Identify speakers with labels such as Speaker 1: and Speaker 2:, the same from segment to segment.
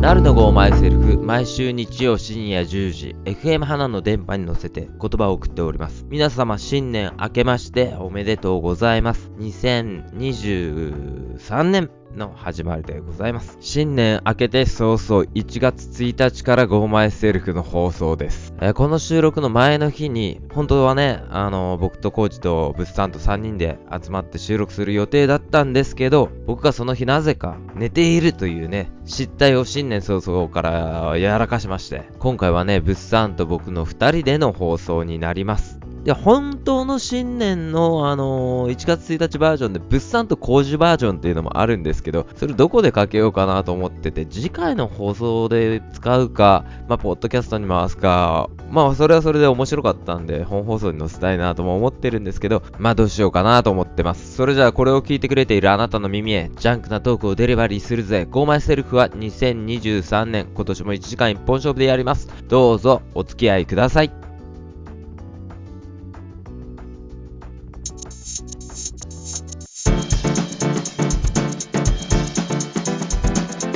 Speaker 1: なるのごマイセルフ、毎週日曜深夜10時、FM 花の電波に乗せて言葉を送っております。皆様、新年明けましておめでとうございます。2023年の始まりでございます。新年明けて早々1月1日からゴーマイセルフの放送です。えーこの収録の前の日に、本当はね、あの僕とコーチとブッさんと3人で集まって収録する予定だったんですけど、僕がその日なぜか寝ているというね、失態を新年早々からやらかしまして、今回はね、ブッさんと僕の2人での放送になります。で、本当の新年の、あのー1月1日バージョンで、物産と工事バージョンっていうのもあるんですけど、それどこでかけようかなと思ってて、次回の放送で使うか、まあ、ポッドキャストに回すか、まあ、それはそれで面白かったんで、本放送に載せたいなとも思ってるんですけど、まあ、どうしようかなと思ってます。それじゃあ、これを聞いてくれているあなたの耳へ、ジャンクなトークをデリバリーするぜ、ゴーマイセルフは2023年、今年も1時間1本勝負でやります。どうぞ、お付き合いください。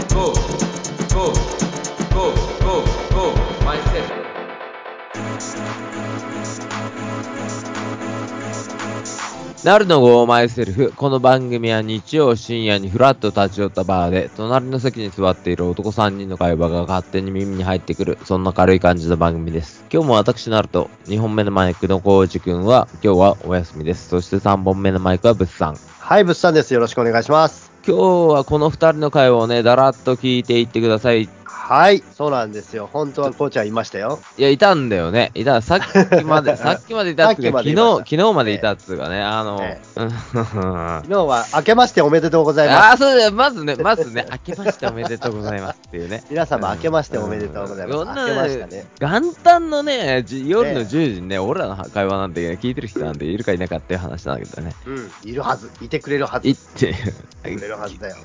Speaker 1: Go, go, go, go, go, myself. なるのごマイセルフ。この番組は日曜深夜にフラッと立ち寄ったバーで、隣の席に座っている男3人の会話が勝手に耳に入ってくる、そんな軽い感じの番組です。今日も私なると、2本目のマイクのコウジ君は、今日はお休みです。そして3本目のマイクはブスさん。
Speaker 2: はい、ぶっさんです。よろしくお願いします。
Speaker 1: 今日はこの2人の会話をね、だらっと聞いていってください。
Speaker 2: はい、そうなんですよ。本当はコーチはいましたよ。
Speaker 1: いや、いたんだよね。いた、さっきま で、さっきまでいたっつう
Speaker 2: さ
Speaker 1: か、
Speaker 2: っきま
Speaker 1: 昨
Speaker 2: で
Speaker 1: 日、
Speaker 2: いました
Speaker 1: 昨日までいたっつうかね、あの、
Speaker 2: え
Speaker 1: うん
Speaker 2: 昨日は明けましておめでとうございます。
Speaker 1: ああ、そうだよ、まずね、まずね、明けましておめでとうございますっていうね。
Speaker 2: 皆様明けましておめでとうございます。
Speaker 1: うん
Speaker 2: 明けましたね。
Speaker 1: 元旦のね、じ夜の
Speaker 2: ええ
Speaker 1: 10時にね、俺らの会話なんてね聞いてる人なんているかいなかっていう話なんだけどね。
Speaker 2: うん、いるはず。いてくれるはいず。
Speaker 1: っ
Speaker 2: い
Speaker 1: て、
Speaker 2: てくれるはずだよ。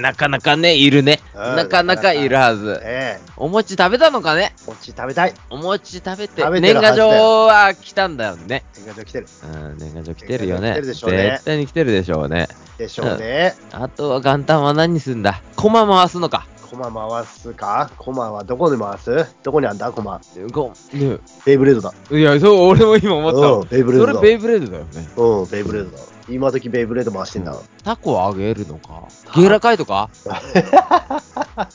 Speaker 1: なかなかね、いるね。
Speaker 2: うん
Speaker 1: なかなかいるはず。
Speaker 2: ええ
Speaker 1: お餅食べたのかね
Speaker 2: こっち食べたい。
Speaker 1: お餅食べて、
Speaker 2: 食べて
Speaker 1: 年
Speaker 2: るはずだ
Speaker 1: 賀
Speaker 2: よ
Speaker 1: 状は来たんだよね。
Speaker 2: 年賀状来てる。
Speaker 1: うん、年賀状来てるよね。
Speaker 2: 年賀状来てるでしょうね
Speaker 1: 絶対に来てるでしょうね。
Speaker 2: でしょうね。
Speaker 1: あとは元旦は何すんだ駒回すのか。
Speaker 2: 駒回すか駒はどこで回すどこにあんだ駒。
Speaker 1: ごね
Speaker 2: ベイブレードだ。
Speaker 1: いや、そう、俺も今思ったわ。
Speaker 2: うん、ベイブレー
Speaker 1: そ
Speaker 2: ド
Speaker 1: れ
Speaker 2: だ。
Speaker 1: ベイブレードだよね。
Speaker 2: うん、ベイブレードだ。今時ベイブレード回してんだ。
Speaker 1: タコをあげるのか。ゲラ会とか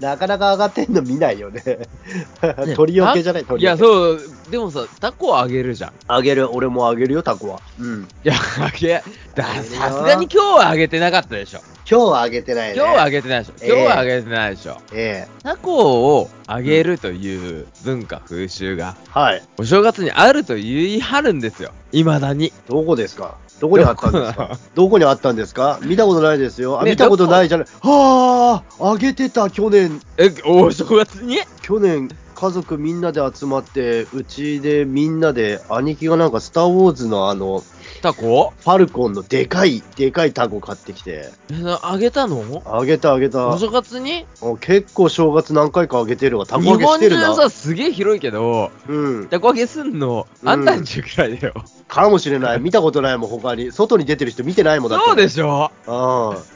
Speaker 2: なかなか上がってんの見ないよね。
Speaker 1: ね
Speaker 2: 鳥よけじゃない、
Speaker 1: い
Speaker 2: 鳥よ
Speaker 1: や、
Speaker 2: け。
Speaker 1: そう、でもさ、タコをあげるじゃん。い
Speaker 2: あげる、俺もあげるよ、タコは。うん。
Speaker 1: や、あげ、だ、さ
Speaker 2: あげ
Speaker 1: す
Speaker 2: るよ
Speaker 1: がに今日はあげてなかったでしょ。
Speaker 2: 今日はあげてないね。
Speaker 1: 今日はあげてないでしょ。
Speaker 2: ええ
Speaker 1: 今日はあげてないでしょ。
Speaker 2: え
Speaker 1: タコをあげるという文化、風習が、
Speaker 2: えはい。
Speaker 1: お正月にあると言い張るんですよ。未だに。
Speaker 2: どこですかどこにあったんですかどこにあったんですか見たことないですよ。あ、
Speaker 1: ね
Speaker 2: 見たことないじゃない。はあ、あげてた、去年。
Speaker 1: え、お正月に
Speaker 2: 去年、家族みんなで集まって、うちでみんなで、兄貴がなんか、スター・ウォーズのあの、フ
Speaker 1: タコ
Speaker 2: ァルコンのでかい、でかいタコ買ってきて、
Speaker 1: えなあげたの
Speaker 2: あげた、あげた
Speaker 1: お。正月に
Speaker 2: お結構正月何回かあげてるわ。タコ
Speaker 1: 日
Speaker 2: 揚げし
Speaker 1: 本
Speaker 2: てるな
Speaker 1: 中。さ、すげえ広いけど、
Speaker 2: うん。
Speaker 1: タコ揚げすんの、
Speaker 2: うん
Speaker 1: あんたんちゅうくらいだよ。
Speaker 2: かもしれない。見たことないもん、他に。外に出てる人見てないもんだって。
Speaker 1: そうでしょ
Speaker 2: う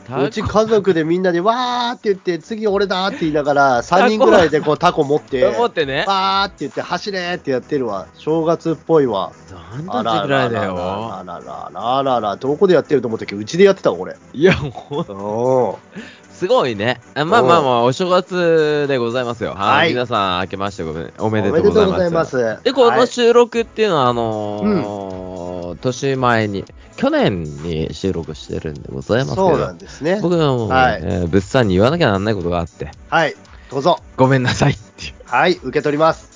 Speaker 1: タコ
Speaker 2: ん、うち家族でみんなでわーって言って、次俺だーって言いながら、3人ぐらいでこうタコ持って、
Speaker 1: 思ってね。
Speaker 2: わーって言って、走れーってやってるわ。正月っぽいわ。
Speaker 1: あん
Speaker 2: あ
Speaker 1: たんちゅうくらいだ
Speaker 2: あ
Speaker 1: よ。
Speaker 2: ららららら、どこでやってると思ったっけうちでやってたわ、俺。
Speaker 1: いや、ほん
Speaker 2: うん。
Speaker 1: すごいね。あまあ
Speaker 2: うん
Speaker 1: まあまあ、お正月でございますよ。は。
Speaker 2: はいい
Speaker 1: 皆さん、明けましてごめんお
Speaker 2: お
Speaker 1: めでとうございます。
Speaker 2: す
Speaker 1: で、この
Speaker 2: はい
Speaker 1: 収録っていうのは、あのー、年前に、去年に収録してるんでございますけ
Speaker 2: そうな
Speaker 1: ど
Speaker 2: ん、ですね。
Speaker 1: 僕はもうね
Speaker 2: はい
Speaker 1: えー、物産に言わなきゃなんないことがあって、
Speaker 2: はい、どうぞ。
Speaker 1: ごめんなさいっていう。
Speaker 2: はい、受け取ります。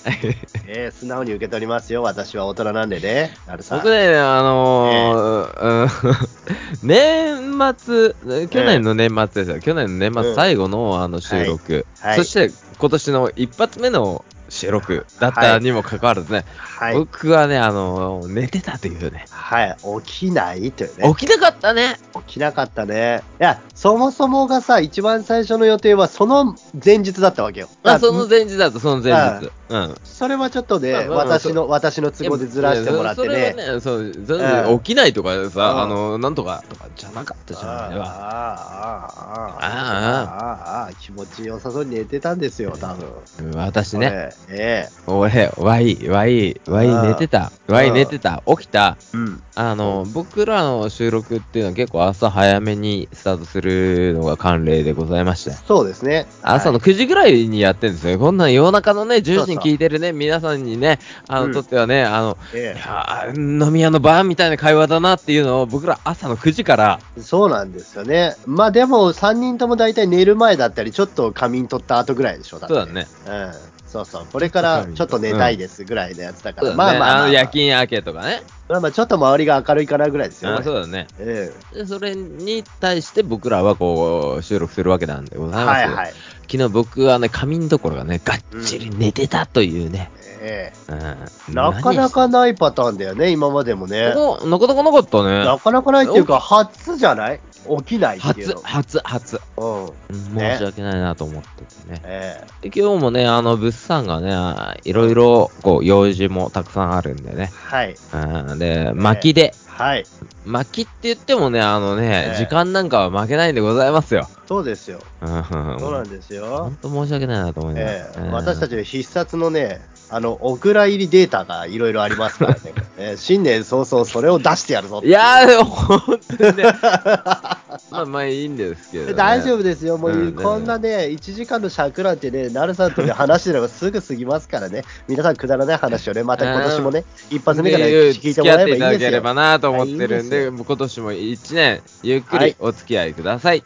Speaker 2: えー、素直に受け取りますよ。私は大人なんでね。なるさ ん。
Speaker 1: 僕ね、あのーうん、 年末、去年の年末ですよ。去年の年末最後のあの収録、
Speaker 2: はい
Speaker 1: そして今年の一発目の収録だったにもかかわらずね、
Speaker 2: はい。
Speaker 1: 僕はね、あのー寝てたというね。
Speaker 2: はい、起きないというね。
Speaker 1: 起きなかったね。
Speaker 2: 起きなかったね。いや、そもそもがさ、一番最初の予定はその前日だったわけよ。
Speaker 1: まあ、
Speaker 2: だか
Speaker 1: そ
Speaker 2: ら
Speaker 1: の前日だと、その前日。うん。
Speaker 2: それはちょっとね、
Speaker 1: まあまあまあ
Speaker 2: 私の、私の都合でずらしてもらって
Speaker 1: いや
Speaker 2: ね。
Speaker 1: それはね、そう、それはね起きないとかさ、
Speaker 2: うん
Speaker 1: あの、なんとかとかじゃなかったじゃないわ。
Speaker 2: ああ、ああ、ああ、ああ、気持ちよさそうに寝てたんですよ、多分。
Speaker 1: 私ね、
Speaker 2: ええ。ええ。
Speaker 1: 俺、ワイ、ワイ、ワイ
Speaker 2: うん
Speaker 1: 寝てた。ワイ寝てた。起きた。
Speaker 2: うん。
Speaker 1: あの、僕らの収録っていうのは結構朝早めにスタートするのが慣例でございまして。
Speaker 2: そうですね。
Speaker 1: 朝の9時ぐらいにやってるんですよ。こんなん夜中のね、10時に
Speaker 2: そうそう
Speaker 1: 聞いてるね、皆さんにね、あ
Speaker 2: うん
Speaker 1: の、とってはね、あの、
Speaker 2: はいえ
Speaker 1: いやー飲み屋のバーみたいな会話だなっていうのを僕ら朝の9時から、
Speaker 2: え。そうなんですよね。まあでも、3人とも大体寝る前だったり、ちょっと仮眠取った後ぐらいでしょ、
Speaker 1: そうだ。ね。
Speaker 2: うん。そうそう。これからちょっと寝たいですぐらいのやつだか
Speaker 1: そうだ
Speaker 2: ら。
Speaker 1: ね。
Speaker 2: まあまあまあまあ。
Speaker 1: あの夜勤明けとかね。
Speaker 2: まあまあ、ちょっと周りが明るいかなぐらいですよ。
Speaker 1: あそうだね。
Speaker 2: え
Speaker 1: でそれに対して僕らはこう収録するわけなんでご
Speaker 2: え。
Speaker 1: ざいます。
Speaker 2: はいはい。
Speaker 1: 昨日僕はね、仮眠どころがね、がっちり寝てたというね。
Speaker 2: え
Speaker 1: う
Speaker 2: え。
Speaker 1: ん
Speaker 2: なかなかないパターンだよね、今までもね。
Speaker 1: おなかなかなかった
Speaker 2: な
Speaker 1: ね。
Speaker 2: かなかないっていうか、初じゃない起きないっていう
Speaker 1: 初
Speaker 2: の、。
Speaker 1: 初、初。
Speaker 2: うん。
Speaker 1: うん申
Speaker 2: ね
Speaker 1: し訳ないなと思っててね。
Speaker 2: え
Speaker 1: で、今日もね、あの、物産がねあー、いろいろ、こう、用事もたくさんあるんでね
Speaker 2: え。。はい。
Speaker 1: うん、で、巻きで。
Speaker 2: はい。
Speaker 1: 巻きって言ってもね、あのね
Speaker 2: え、え
Speaker 1: 時間なんかは負けないんでございますよ。
Speaker 2: そうですよ。
Speaker 1: うん、うん
Speaker 2: そうなんですよ
Speaker 1: 本。当申し訳ないなと思います。
Speaker 2: ええ。私た
Speaker 1: ち。
Speaker 2: ちの必殺のね、あの、お蔵入りデータがいろいろありますか らね。ええ新年早々それを出してやるぞって
Speaker 1: いやー、本当に ね。まあまあいいんですけど、ね。
Speaker 2: 大丈夫
Speaker 1: で
Speaker 2: ですよ、もう、
Speaker 1: うん
Speaker 2: こんなね、1時間の尺なんてね、なるさんとね、話してればすぐ過ぎますからね、皆さんくだらない話をね、また今年もね、一発目から聞
Speaker 1: 付
Speaker 2: いても
Speaker 1: き合っ
Speaker 2: らえ
Speaker 1: てい
Speaker 2: ば
Speaker 1: ただ
Speaker 2: いいで
Speaker 1: け
Speaker 2: す
Speaker 1: れ
Speaker 2: よ
Speaker 1: ば。なと思って
Speaker 2: いい
Speaker 1: るん
Speaker 2: んです
Speaker 1: で、
Speaker 2: よ
Speaker 1: もう今年も1年、ゆっく
Speaker 2: は
Speaker 1: り
Speaker 2: い
Speaker 1: お付き合いください。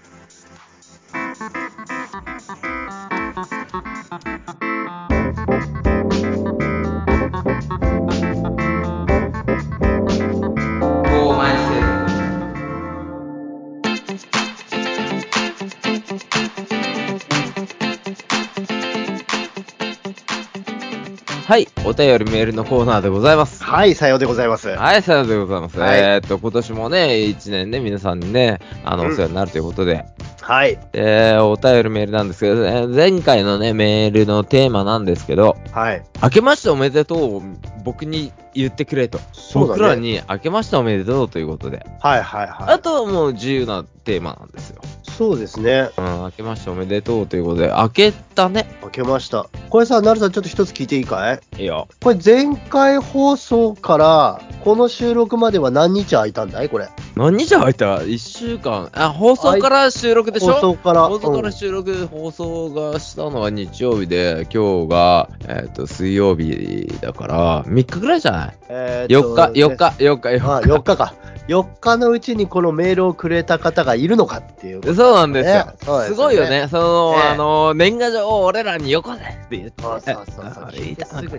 Speaker 1: はい、お便りメールのコーナーでございます。
Speaker 2: はい、さようでございます。
Speaker 1: はい、さようでございます。
Speaker 2: はい
Speaker 1: えーっと、今年もね、1年ね、皆さんにね、あの、
Speaker 2: う
Speaker 1: お
Speaker 2: ん
Speaker 1: 世話になるということで、
Speaker 2: はい、
Speaker 1: えーお便りメールなんですけど、えー前回のね、メールのテーマなんですけど、
Speaker 2: はい、
Speaker 1: 明けましておめでとうを僕に言ってくれと。
Speaker 2: そうだね
Speaker 1: 僕らに明けましておめでとうということで。
Speaker 2: はい、はい、は
Speaker 1: あとはもう自由なテーマなんですよ。
Speaker 2: い。そうですね、
Speaker 1: うん、明けましておめでとうということで、明けたね。
Speaker 2: 開けました。これさ、なるさん、ちょっと一つ聞いていいかい
Speaker 1: いいよ。
Speaker 2: これ、前回放送から、この収録までは何日空いたんだいこれ。
Speaker 1: 何日入った ?1 週間。あ、放送から収録でしょ
Speaker 2: 放送から。
Speaker 1: 放送か
Speaker 2: う
Speaker 1: ら
Speaker 2: ん
Speaker 1: 収録、放送がしたのは日曜日で、今日が、えっ、と、水曜日だから、3日ぐらいじゃない
Speaker 2: えーっ
Speaker 1: ?4
Speaker 2: と
Speaker 1: 日、4日、4日、
Speaker 2: あ
Speaker 1: 4日。
Speaker 2: 4日か。4日のうちにこのメールをくれた方がいるのかっていう。
Speaker 1: そうなんですよ
Speaker 2: ね。そうですよね
Speaker 1: すごいよね。その、
Speaker 2: ね
Speaker 1: あの、年賀状を俺らによこせって言って。
Speaker 2: そうそうそうそう。
Speaker 1: あ
Speaker 2: 聞いてすぐにこ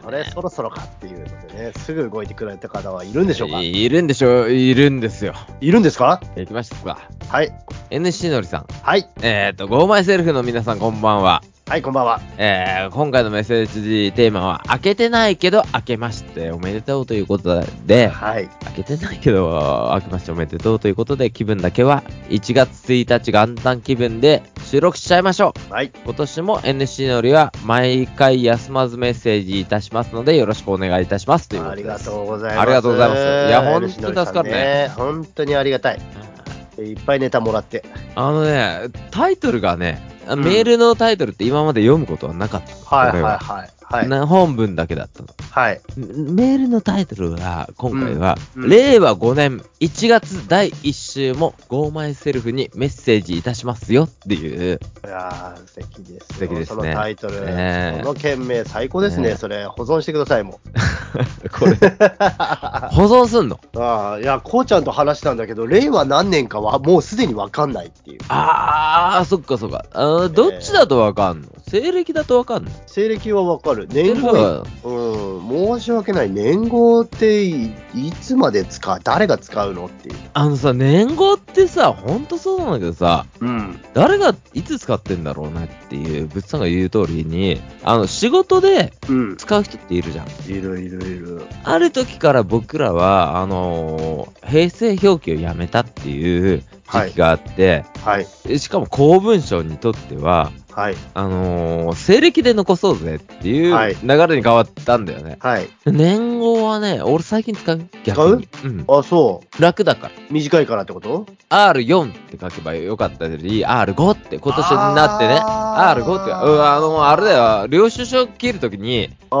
Speaker 2: う、これ
Speaker 1: ね
Speaker 2: そろそろかっていうのでね、すぐ動いてくれた方はいるんでしょうかい
Speaker 1: いるんでしょう、いるんですよ。
Speaker 2: るんですか
Speaker 1: 行きましたか。
Speaker 2: はい。
Speaker 1: NC のりさん。
Speaker 2: はい。
Speaker 1: えっ、ー、と、ゴーマイセルフの皆さんこんばんは。
Speaker 2: はい、こんばんは。
Speaker 1: えー今回のメッセージテーマは、開けてないけど、開けましておめでとうということで、
Speaker 2: はい。
Speaker 1: 開けてないけど、開けましておめでとうということで、気分だけは、1月1日元旦気分で収録しちゃいましょう。
Speaker 2: はい。
Speaker 1: 今年も NC のりは、毎回休まずメッセージいたしますので、よろしくお願いいたします。というこ
Speaker 2: あ
Speaker 1: とで
Speaker 2: り
Speaker 1: す。
Speaker 2: がとうございます。
Speaker 1: ありがとうございますいや本当に
Speaker 2: 西野さん
Speaker 1: 助かるね。
Speaker 2: 本当にありがたい。いっぱいネタもらって。
Speaker 1: あのね、タイトルがね、あ
Speaker 2: うん
Speaker 1: メールのタイトルって今まで読むことはなかった。
Speaker 2: はいはい
Speaker 1: 俺
Speaker 2: はい。はい。
Speaker 1: な本文だけだったの。
Speaker 2: はい。
Speaker 1: メールのタイトルは、今回は、
Speaker 2: うんうん
Speaker 1: 令和5年1月第1週も、ゴーマイセルフにメッセージいたしますよっていう。
Speaker 2: いやー素敵ですよ。
Speaker 1: 素敵ですね
Speaker 2: そのタイトル、
Speaker 1: ねえ
Speaker 2: その件名、最高ですね、
Speaker 1: ねえ
Speaker 2: それ。保存してください、もう。
Speaker 1: こ れ、保存すんの
Speaker 2: ああ、いや、こうちゃんと話したんだけど、令和何年かはもうすでに分かんないっていう。
Speaker 1: あー、そっかそっか。あーどっちだとわかんの西暦だとわかんの
Speaker 2: 西暦は分かる。
Speaker 1: 西
Speaker 2: 年
Speaker 1: 暦
Speaker 2: 号、
Speaker 1: は
Speaker 2: うん、申し訳ない。年号っていいつまで使う誰が使うのっていう。
Speaker 1: あのさ、年号ってさ、ほんとそうなんだけどさ、
Speaker 2: うん。
Speaker 1: 誰がいつ使ってんだろうなっていう、ぶっさんが言う通りに、あの、仕事で
Speaker 2: うん。
Speaker 1: 使う人っているじゃん。
Speaker 2: いるいるいる。
Speaker 1: ある時から僕らは、あのー平成表記をやめたっていう時期があって、
Speaker 2: はい。
Speaker 1: しかも公文書にとっては、
Speaker 2: はい。
Speaker 1: あのー、西暦で残そうぜっていう
Speaker 2: はい
Speaker 1: 流れに変わったんだよね。
Speaker 2: はい。
Speaker 1: 年号はね、俺最近使う逆に。うん。
Speaker 2: あ、そ
Speaker 1: 楽だから。
Speaker 2: う。短いからってこと
Speaker 1: R4 って書けばよかったり、R5 って今年になってね。
Speaker 2: あー
Speaker 1: R5 って、うん、あの、あれだよ、領収書切るときに、
Speaker 2: うんう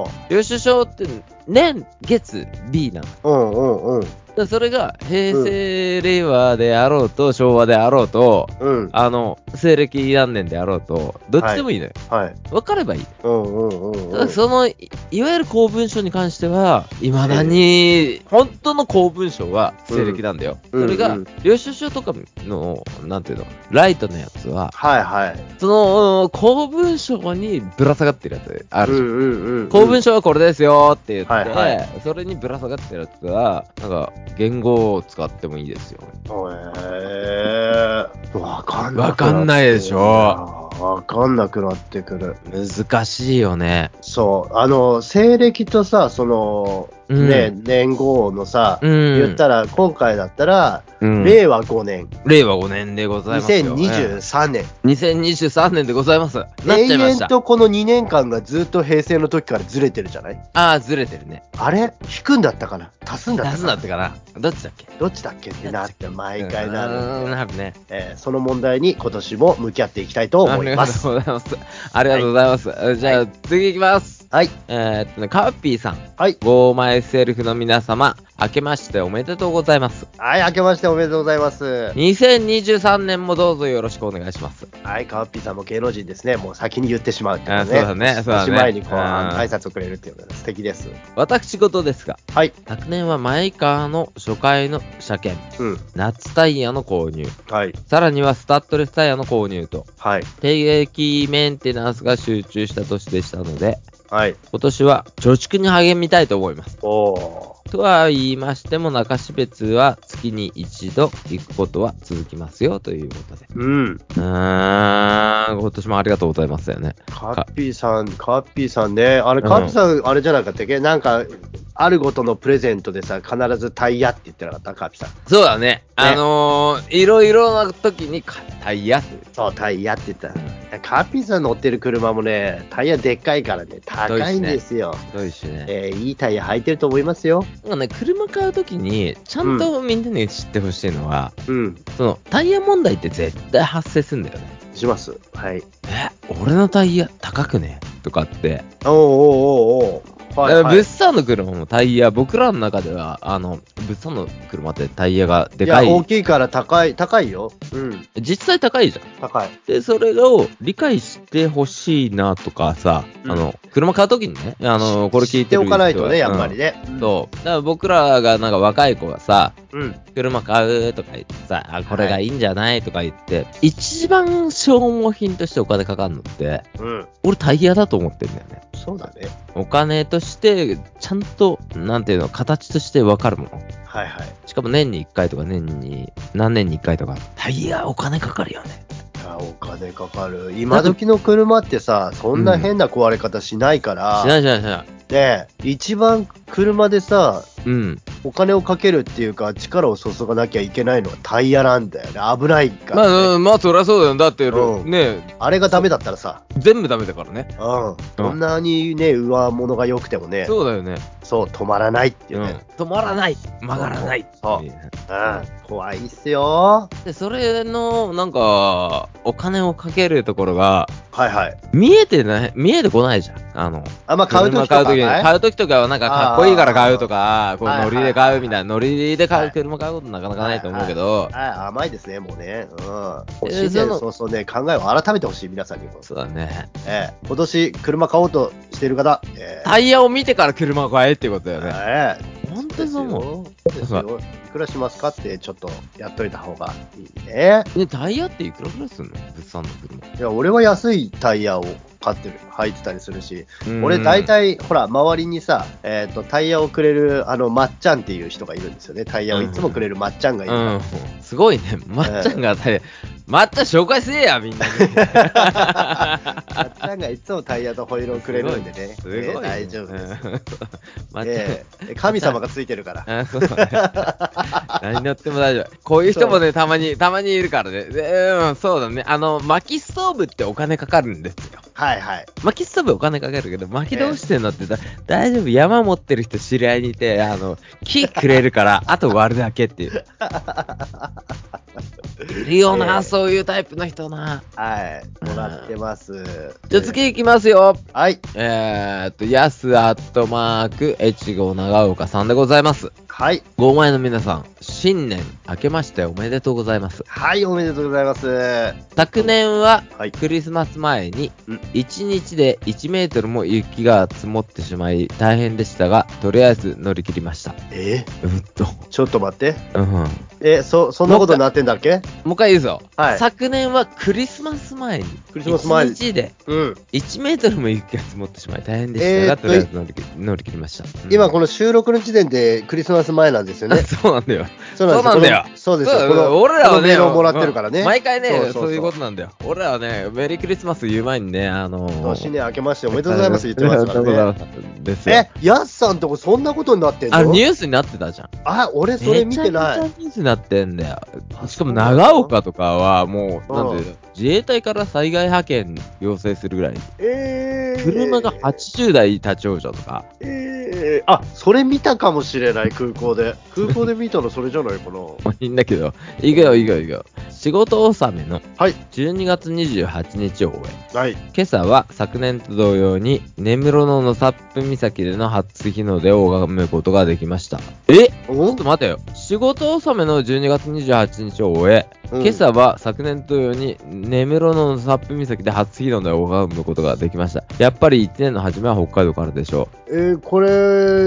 Speaker 2: ん
Speaker 1: 領収書って年、月、日なの。
Speaker 2: うんうん。うんうんうん。
Speaker 1: だからそれが平成、令和であろうと、昭和であろうと、
Speaker 2: うん。
Speaker 1: あの、西暦何年であろうと、どっちでもいいのよ。
Speaker 2: はい。
Speaker 1: 分かればいい。
Speaker 2: うんうんうん
Speaker 1: た
Speaker 2: う
Speaker 1: だ
Speaker 2: ん。
Speaker 1: その、いいわゆる公文書に関しては、いまだに、本当の公文書は西暦なんだよ。
Speaker 2: うん
Speaker 1: それが
Speaker 2: うんうん、
Speaker 1: 領収書とかの、なんていうの、ライトのやつは、
Speaker 2: はいはい。
Speaker 1: その、公文書にぶら下がってるやつあ
Speaker 2: あ
Speaker 1: るじゃん。
Speaker 2: うんうんうん。
Speaker 1: 公文書はこれですよって言って、
Speaker 2: はいは
Speaker 1: それにぶら下がってるやつは、なんか、言語を使ってもいいですよ。
Speaker 2: へーわかんなく
Speaker 1: わかんないでしょ
Speaker 2: わかんなくなってくる。
Speaker 1: 難しいよね。
Speaker 2: そう。あの、西暦とさ、その、
Speaker 1: うん
Speaker 2: ね、年号のさ、
Speaker 1: うん。
Speaker 2: 言ったら、今回だったら、
Speaker 1: うん
Speaker 2: 令和5年、
Speaker 1: 令和5年でございますよ、ね。
Speaker 2: 2023年。
Speaker 1: 2023年でございます。なっ
Speaker 2: 永
Speaker 1: ちゃいまし
Speaker 2: 遠
Speaker 1: た。
Speaker 2: とこの2年間がずっと平成の時からずれてるじゃない
Speaker 1: ああ、ずれてるね。
Speaker 2: あれ引くんだったかな 足すんだっ
Speaker 1: 出
Speaker 2: た
Speaker 1: す
Speaker 2: かな
Speaker 1: なってかな。どっちだっけ
Speaker 2: どっちだっけってなって毎回な
Speaker 1: う
Speaker 2: るんだよ
Speaker 1: ーんなるね。
Speaker 2: えーその問題に今年も向き合っていきたいと思います。
Speaker 1: ありがとうございます。 ありがとうございます。じゃあ、次いきます。
Speaker 2: はい。
Speaker 1: えーっとね、カーピーさん。
Speaker 2: はい。
Speaker 1: ゴーマイセルフの皆様、明けましておめでとうございます。
Speaker 2: はい、明けましておめでとうございます。
Speaker 1: 2023年もどうぞよろしくお願いします。
Speaker 2: はい、カワッピーさんも芸能人ですね。もう先に言ってしまうってい
Speaker 1: あそうだねそうだね
Speaker 2: 少し前にこう、
Speaker 1: うん
Speaker 2: 挨拶をくれるっていうのが素敵です。
Speaker 1: 私事ですが、
Speaker 2: はい。
Speaker 1: 昨年はマイカーの初回の車検、
Speaker 2: うん。
Speaker 1: 夏タイヤの購入、
Speaker 2: はい。
Speaker 1: さらにはスタッドレスタイヤの購入と、
Speaker 2: はい。
Speaker 1: 定期メンテナンスが集中した年でしたので、
Speaker 2: はい。
Speaker 1: 今年は貯蓄に励みたいと思います。
Speaker 2: おー。
Speaker 1: とは言いましても、中標別は月に一度行くことは続きますよということで。
Speaker 2: うん。
Speaker 1: うーん、今年もありがとうございますよね。
Speaker 2: カワッピーさん、カワッピーさんね。あれ、カワッピーさん、あれじゃなかったっけなんか、あるごとのプレゼントでさ、必ずタイヤって言ってなかったカワッピーさん。
Speaker 1: そうだね。あのー、いろいろな時にタイヤという。
Speaker 2: そう、タイヤって言ったら。カワッピーさん乗ってる車もね、タイヤでっかいからね、高いんですよ。
Speaker 1: そうですね。
Speaker 2: えーいいタイヤ履いてると思いますよ。
Speaker 1: なんかね、車買う時に、ちゃんとみんなに知ってほしいのは、
Speaker 2: うん。
Speaker 1: その、タイヤ問題って絶対発生するんだよね。
Speaker 2: します。はい。
Speaker 1: え、俺のタイヤ高くねとかって。
Speaker 2: おうおうおうおう。
Speaker 1: だから物産の車もタイヤ、僕らの中では、あの、物産の車ってタイヤがでかい。
Speaker 2: いや、大きいから高い、高いよ。うん、
Speaker 1: 実際高いじゃん。
Speaker 2: 高い。
Speaker 1: で、それを理解してほしいなとかさ、
Speaker 2: うん
Speaker 1: あの、車買うときにね、あの、これ聞いて
Speaker 2: 知
Speaker 1: る
Speaker 2: っておかないとね、
Speaker 1: 人は
Speaker 2: やっぱり。ね。
Speaker 1: うんそう。だから僕らがなんか若い子がさ、
Speaker 2: うん。
Speaker 1: 車買うとか言ってさ、あ、これがいいんじゃないとか言って、一番消耗品としてお金かかるのって、
Speaker 2: うん。
Speaker 1: 俺タイヤだと思ってんだよね。
Speaker 2: そうだね。
Speaker 1: お金として、ちゃんと、なんていうの、形としてわかるもの。
Speaker 2: はいはい。
Speaker 1: しかも年に1回とか年に、何年に1回とか、タイヤお金かかるよね。
Speaker 2: いやお金かかる。今時の車ってさ、そんな変な壊れ方しないか
Speaker 1: しな
Speaker 2: ら、
Speaker 1: いしないしない。
Speaker 2: ねえ、一番車でさ、
Speaker 1: うん。
Speaker 2: お金をかけるっていうか、力を注がなきゃいけないのはタイヤなんだよね。危ないか
Speaker 1: ま
Speaker 2: ら、ね
Speaker 1: あ、まあ、そりゃそうだよ。だって、
Speaker 2: うん
Speaker 1: ね、
Speaker 2: あれがダメだったらさ、
Speaker 1: 全部ダメだからね。
Speaker 2: うん。どんなにね、上物が良くてもね、
Speaker 1: そうだよね。
Speaker 2: そう、止まらないっていううんね。
Speaker 1: 止まらない。曲がらない。
Speaker 2: そううん、怖いっすよ。
Speaker 1: で、それの、なんか、お金をかけるところが、
Speaker 2: はいはい。
Speaker 1: 見えてない、見えてこないじゃん。あの、
Speaker 2: あ、まあ、買うとき
Speaker 1: 車
Speaker 2: とか
Speaker 1: 買う
Speaker 2: ね
Speaker 1: 時に、買う時とかはなんかかっこいいから買うとか、こう
Speaker 2: はいはい
Speaker 1: ノ
Speaker 2: はい
Speaker 1: リで買うみたいな、ノリで買
Speaker 2: は
Speaker 1: う、
Speaker 2: い
Speaker 1: 車買うことなかなかないと思うけど、
Speaker 2: あ甘いですね、もうね。うん。欲しいね、
Speaker 1: その
Speaker 2: そうそうね、考えを改めてほしい、皆さんにも。
Speaker 1: そうだね。
Speaker 2: ええ今年、車買おうとしてる方、ええ
Speaker 1: タイヤを見てから車を買えってことだよね。
Speaker 2: え
Speaker 1: 本当
Speaker 2: え
Speaker 1: にそう思う。
Speaker 2: そうですよ。いくらしますかって、ちょっとやっといた方がいいね。
Speaker 1: ね、タイヤっていくらぐらいするの物産の車。
Speaker 2: いや、俺は安いタイヤをパッて履いてたりするし、
Speaker 1: うん
Speaker 2: 俺大体、ほら、周りにさ、えっと、タイヤをくれる、あの、まっちゃんっていう人がいるんですよね。タイヤをいつもくれるまっちゃんがいる。
Speaker 1: うん。すごいね。まっちゃんが当たり、まっちゃん紹介せえや、みんなに。
Speaker 2: まっちゃんがいつもタイヤとホイールをくれるんでね。
Speaker 1: すごいね。
Speaker 2: えー大丈夫です。
Speaker 1: うん。 まっちゃん。
Speaker 2: ええ神様がついてるから。
Speaker 1: あそうだね 何乗っても大丈夫。こういう人もね、たまに、たまにいるからね。でうん、そうだね。あの、薪ストーブってお金かかるんですよ。
Speaker 2: はいはい。
Speaker 1: 薪ストーブお金かかるけど、薪どうしてんのって言ったら、大丈夫、山持ってる人知り合いにいて、あの、木くれる から、あと割るだけっていう。いるよな、
Speaker 2: ええ
Speaker 1: そういうタイプの人な。
Speaker 2: はい。もらってます。
Speaker 1: じゃあ次行きますよ。
Speaker 2: はい。
Speaker 1: えー、っと、やすアットマーク、越後長岡さんでございます。
Speaker 2: はい。
Speaker 1: 5枚の皆さん、新年明けましておめでとうございます。
Speaker 2: はい、おめでとうございます。
Speaker 1: 昨年は
Speaker 2: はい
Speaker 1: クリスマス前に
Speaker 2: うん
Speaker 1: 1日で1メートルも雪が積もってしまい大変でしたが、とりあえず乗り切りました。
Speaker 2: え
Speaker 1: うんと。
Speaker 2: ちょっと待って。
Speaker 1: うん。も
Speaker 2: え、そ、そんなことになってんだっけ
Speaker 1: う一回言うぞ。
Speaker 2: はい
Speaker 1: 昨年はクリスマス前に
Speaker 2: クリスマス前
Speaker 1: 1日で
Speaker 2: うん。
Speaker 1: 1メートルも雪が積もってしまい大変でしたが、
Speaker 2: えーっと
Speaker 1: とりあえず乗り切り乗り切りました。うん
Speaker 2: 今この収録の時点でクリスマス前なんですよね。
Speaker 1: そうなんだよ。
Speaker 2: そうなんです
Speaker 1: そうなんだよ
Speaker 2: このそうですよ。
Speaker 1: だ
Speaker 2: この
Speaker 1: 俺らは
Speaker 2: このメ
Speaker 1: ね、
Speaker 2: ールをもらってるからね。
Speaker 1: 毎回ね
Speaker 2: そ
Speaker 1: そう
Speaker 2: うそうそう
Speaker 1: いうことなんだよ。俺らはね、メリークリスマス言う前にね、あのー
Speaker 2: 新年明けましておめでとうございます言ってますか
Speaker 1: おめでとう
Speaker 2: ら
Speaker 1: ご
Speaker 2: ね。
Speaker 1: ざいますですよ
Speaker 2: え、やっさんとこそんなことになってんの
Speaker 1: あれニュースになってたじゃん。
Speaker 2: あ、俺それ見てな
Speaker 1: めちゃ
Speaker 2: い。
Speaker 1: くちゃニュースになってんだよ。
Speaker 2: あ
Speaker 1: しかも
Speaker 2: そうなの
Speaker 1: 長岡とかはもう、
Speaker 2: うん
Speaker 1: なんで、自衛隊から災害派遣要請するぐらい、
Speaker 2: えー。
Speaker 1: 車が80台立ち往生とか、
Speaker 2: えー、あ、それ見たかもしれない、空港で。空港で見たのそれじゃない かな。
Speaker 1: まあいいんだけど、行くよ行くよ行くよ。仕事納めの
Speaker 2: はい、
Speaker 1: 12月28日を終え、
Speaker 2: はい。
Speaker 1: 今朝は昨年と同様に根室の野サップ岬での初日の出を拝むことができましたえちょ
Speaker 2: お
Speaker 1: っと待てよ仕事納めの12月28日を終え、
Speaker 2: うん
Speaker 1: 今朝は昨年と同様に根室の野サップ岬で初日の出を拝むことができましたやっぱり1年の初めは北海道からでしょ
Speaker 2: えー、こ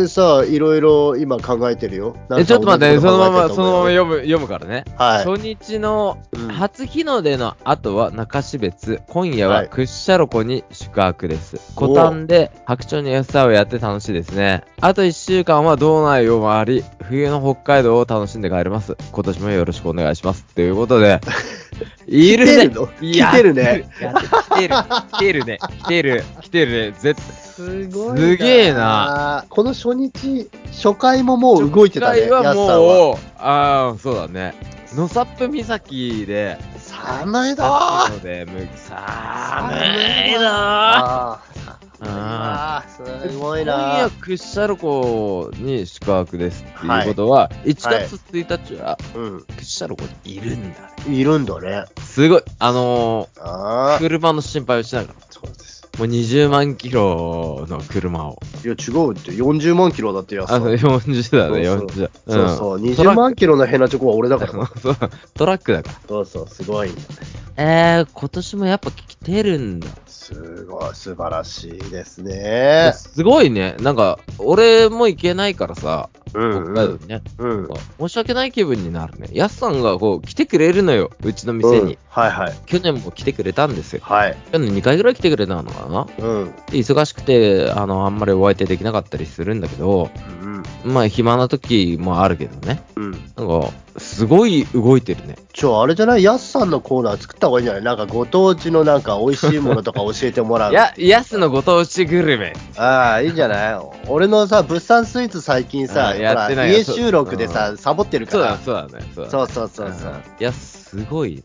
Speaker 2: れさ、いろいろ今考えてるよ。
Speaker 1: うえちょっと待ってそのままそのまま
Speaker 2: よ。
Speaker 1: 読む読むからね
Speaker 2: はい。
Speaker 1: 初日の
Speaker 2: うん
Speaker 1: 初日の出の後は中標津、今夜
Speaker 2: は
Speaker 1: はい屈斜路湖に宿泊です。コタンで白鳥の餌をやって楽しいですね。あと1週間は道内を回り、冬の北海道を楽しんで帰ります。今年もよろしくお願いします。ということで、いる
Speaker 2: 来て
Speaker 1: ね
Speaker 2: るの
Speaker 1: いや
Speaker 2: 来てるね。
Speaker 1: いや来てる、来てるね、来てる、来てるね、絶
Speaker 2: す
Speaker 1: ごいなすげえな。
Speaker 2: この初日、初回ももう動いてたね、
Speaker 1: 対は
Speaker 2: やすさんは。
Speaker 1: もう、ああ、そうだね。野サップ岬で、
Speaker 2: 寒いだ
Speaker 1: な
Speaker 2: ー
Speaker 1: ので、むさ
Speaker 2: 寒
Speaker 1: ー
Speaker 2: い
Speaker 1: な
Speaker 2: あー
Speaker 1: あ
Speaker 2: 寒いなーすご
Speaker 1: 今
Speaker 2: い
Speaker 1: 夜
Speaker 2: なー。
Speaker 1: 屈斜路湖に宿泊ですっていうことは、1月1日は
Speaker 2: う
Speaker 1: 屈斜路湖にいるんだね。
Speaker 2: ん。いるんだね。
Speaker 1: すごい、あのー、
Speaker 2: ああ。
Speaker 1: 車の心配をしながら、も
Speaker 2: そうです。
Speaker 1: う20万キロの車を。
Speaker 2: いや、違うって、40万キロだってやす
Speaker 1: あ、
Speaker 2: さん。
Speaker 1: そう40だね、40。
Speaker 2: そうそう、
Speaker 1: ん
Speaker 2: 20万キロのヘナチョコは俺だ
Speaker 1: ト
Speaker 2: か
Speaker 1: ラッ
Speaker 2: ら。
Speaker 1: ク そうトラックだか
Speaker 2: そうそう、すごい。
Speaker 1: ら。えー、今年もやっぱ来てるんだ。
Speaker 2: すごい、素晴らしいですね。
Speaker 1: すごいね。なんか、俺も行けないからさ、
Speaker 2: うん、
Speaker 1: 北
Speaker 2: う
Speaker 1: 海道
Speaker 2: ん。
Speaker 1: にね。
Speaker 2: うん。
Speaker 1: 申し訳ない気分になるね。やすさんがこう来てくれるのよ、うちの店に。
Speaker 2: うんはいはい。
Speaker 1: 去年も来てくれたんですよ。
Speaker 2: はい。
Speaker 1: 去年2回ぐらい来てくれたのかな
Speaker 2: うん。うん
Speaker 1: で忙しくて、あの、あんまりお相手できなかったりするんだけど、
Speaker 2: うん。
Speaker 1: まあ、暇な時もあるけどね。
Speaker 2: うん。
Speaker 1: なんか、すごい動いてるね。
Speaker 2: ちょ、あれじゃないやすさんのコーナー作った方がいいんじゃないなんかご当地のなんか美味しいものとか教えてもらう。
Speaker 1: や、やすのご当地グルメ。
Speaker 2: ああ、いいんじゃない俺のさ、物産スイーツ最近
Speaker 1: あ
Speaker 2: さ、
Speaker 1: ーやってない
Speaker 2: ほ
Speaker 1: よ
Speaker 2: ら家収録で
Speaker 1: う
Speaker 2: さ、サボってるか
Speaker 1: そうだ、
Speaker 2: ら。
Speaker 1: そうだね。そうだね
Speaker 2: そうそうそうそう。
Speaker 1: んいや、すごいね。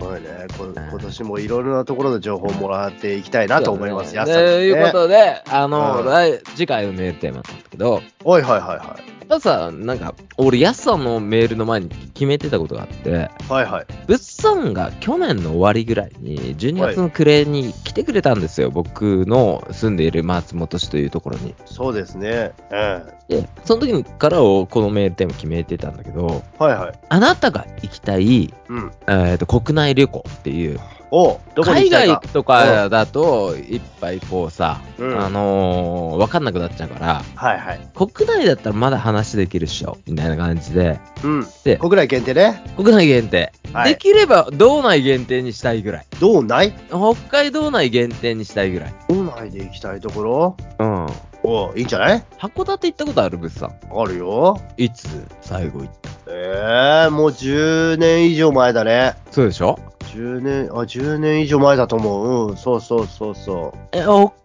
Speaker 2: すごいね。こ今年もいろいろなところの情報をもらっていきたいなと思います。
Speaker 1: そうだ
Speaker 2: や
Speaker 1: ね
Speaker 2: すさん
Speaker 1: と
Speaker 2: にね
Speaker 1: いうことで、あの、
Speaker 2: うん
Speaker 1: 来次回のメールテーマなんですけど、
Speaker 2: はいはいはいは
Speaker 1: たださ、なんか、俺、やすさんのメールの前に決めてたことがあって、
Speaker 2: い。はいはい。
Speaker 1: 物産が去年の終わりぐらいに、12月の暮れに来てくれたんですよ、僕の住んでいる松本市というところに。
Speaker 2: そうですね。うん。は
Speaker 1: で、その時からをこのメールテーマ決めてたんだけど、
Speaker 2: いはい。
Speaker 1: あなたが行きたい、
Speaker 2: うん。
Speaker 1: えーと国内旅行っていう
Speaker 2: おうどこ
Speaker 1: 海
Speaker 2: に行きたい
Speaker 1: 外
Speaker 2: か
Speaker 1: とかだと、一杯こうさ、
Speaker 2: うん
Speaker 1: あのー、わかんなくなっちゃうから、
Speaker 2: はいはい。
Speaker 1: 国内だったらまだ話できるっしょ、みたいな感じで。
Speaker 2: うん。
Speaker 1: で、
Speaker 2: 国内限定ね。
Speaker 1: 国内限定。
Speaker 2: はい
Speaker 1: できれば、道内限定にしたいぐらい。
Speaker 2: 道内
Speaker 1: 北海道内限定にしたいぐらい。
Speaker 2: 道内で行きたいところ
Speaker 1: うん。
Speaker 2: おういいんじゃない
Speaker 1: 函館行ったことあるブッさん。
Speaker 2: あるよ。
Speaker 1: いつ最後行った
Speaker 2: ええもう10年以上前だね。
Speaker 1: そうでしょ
Speaker 2: 10年、あ、10年以上前だと思う。うん、そうそうそうそう。
Speaker 1: え、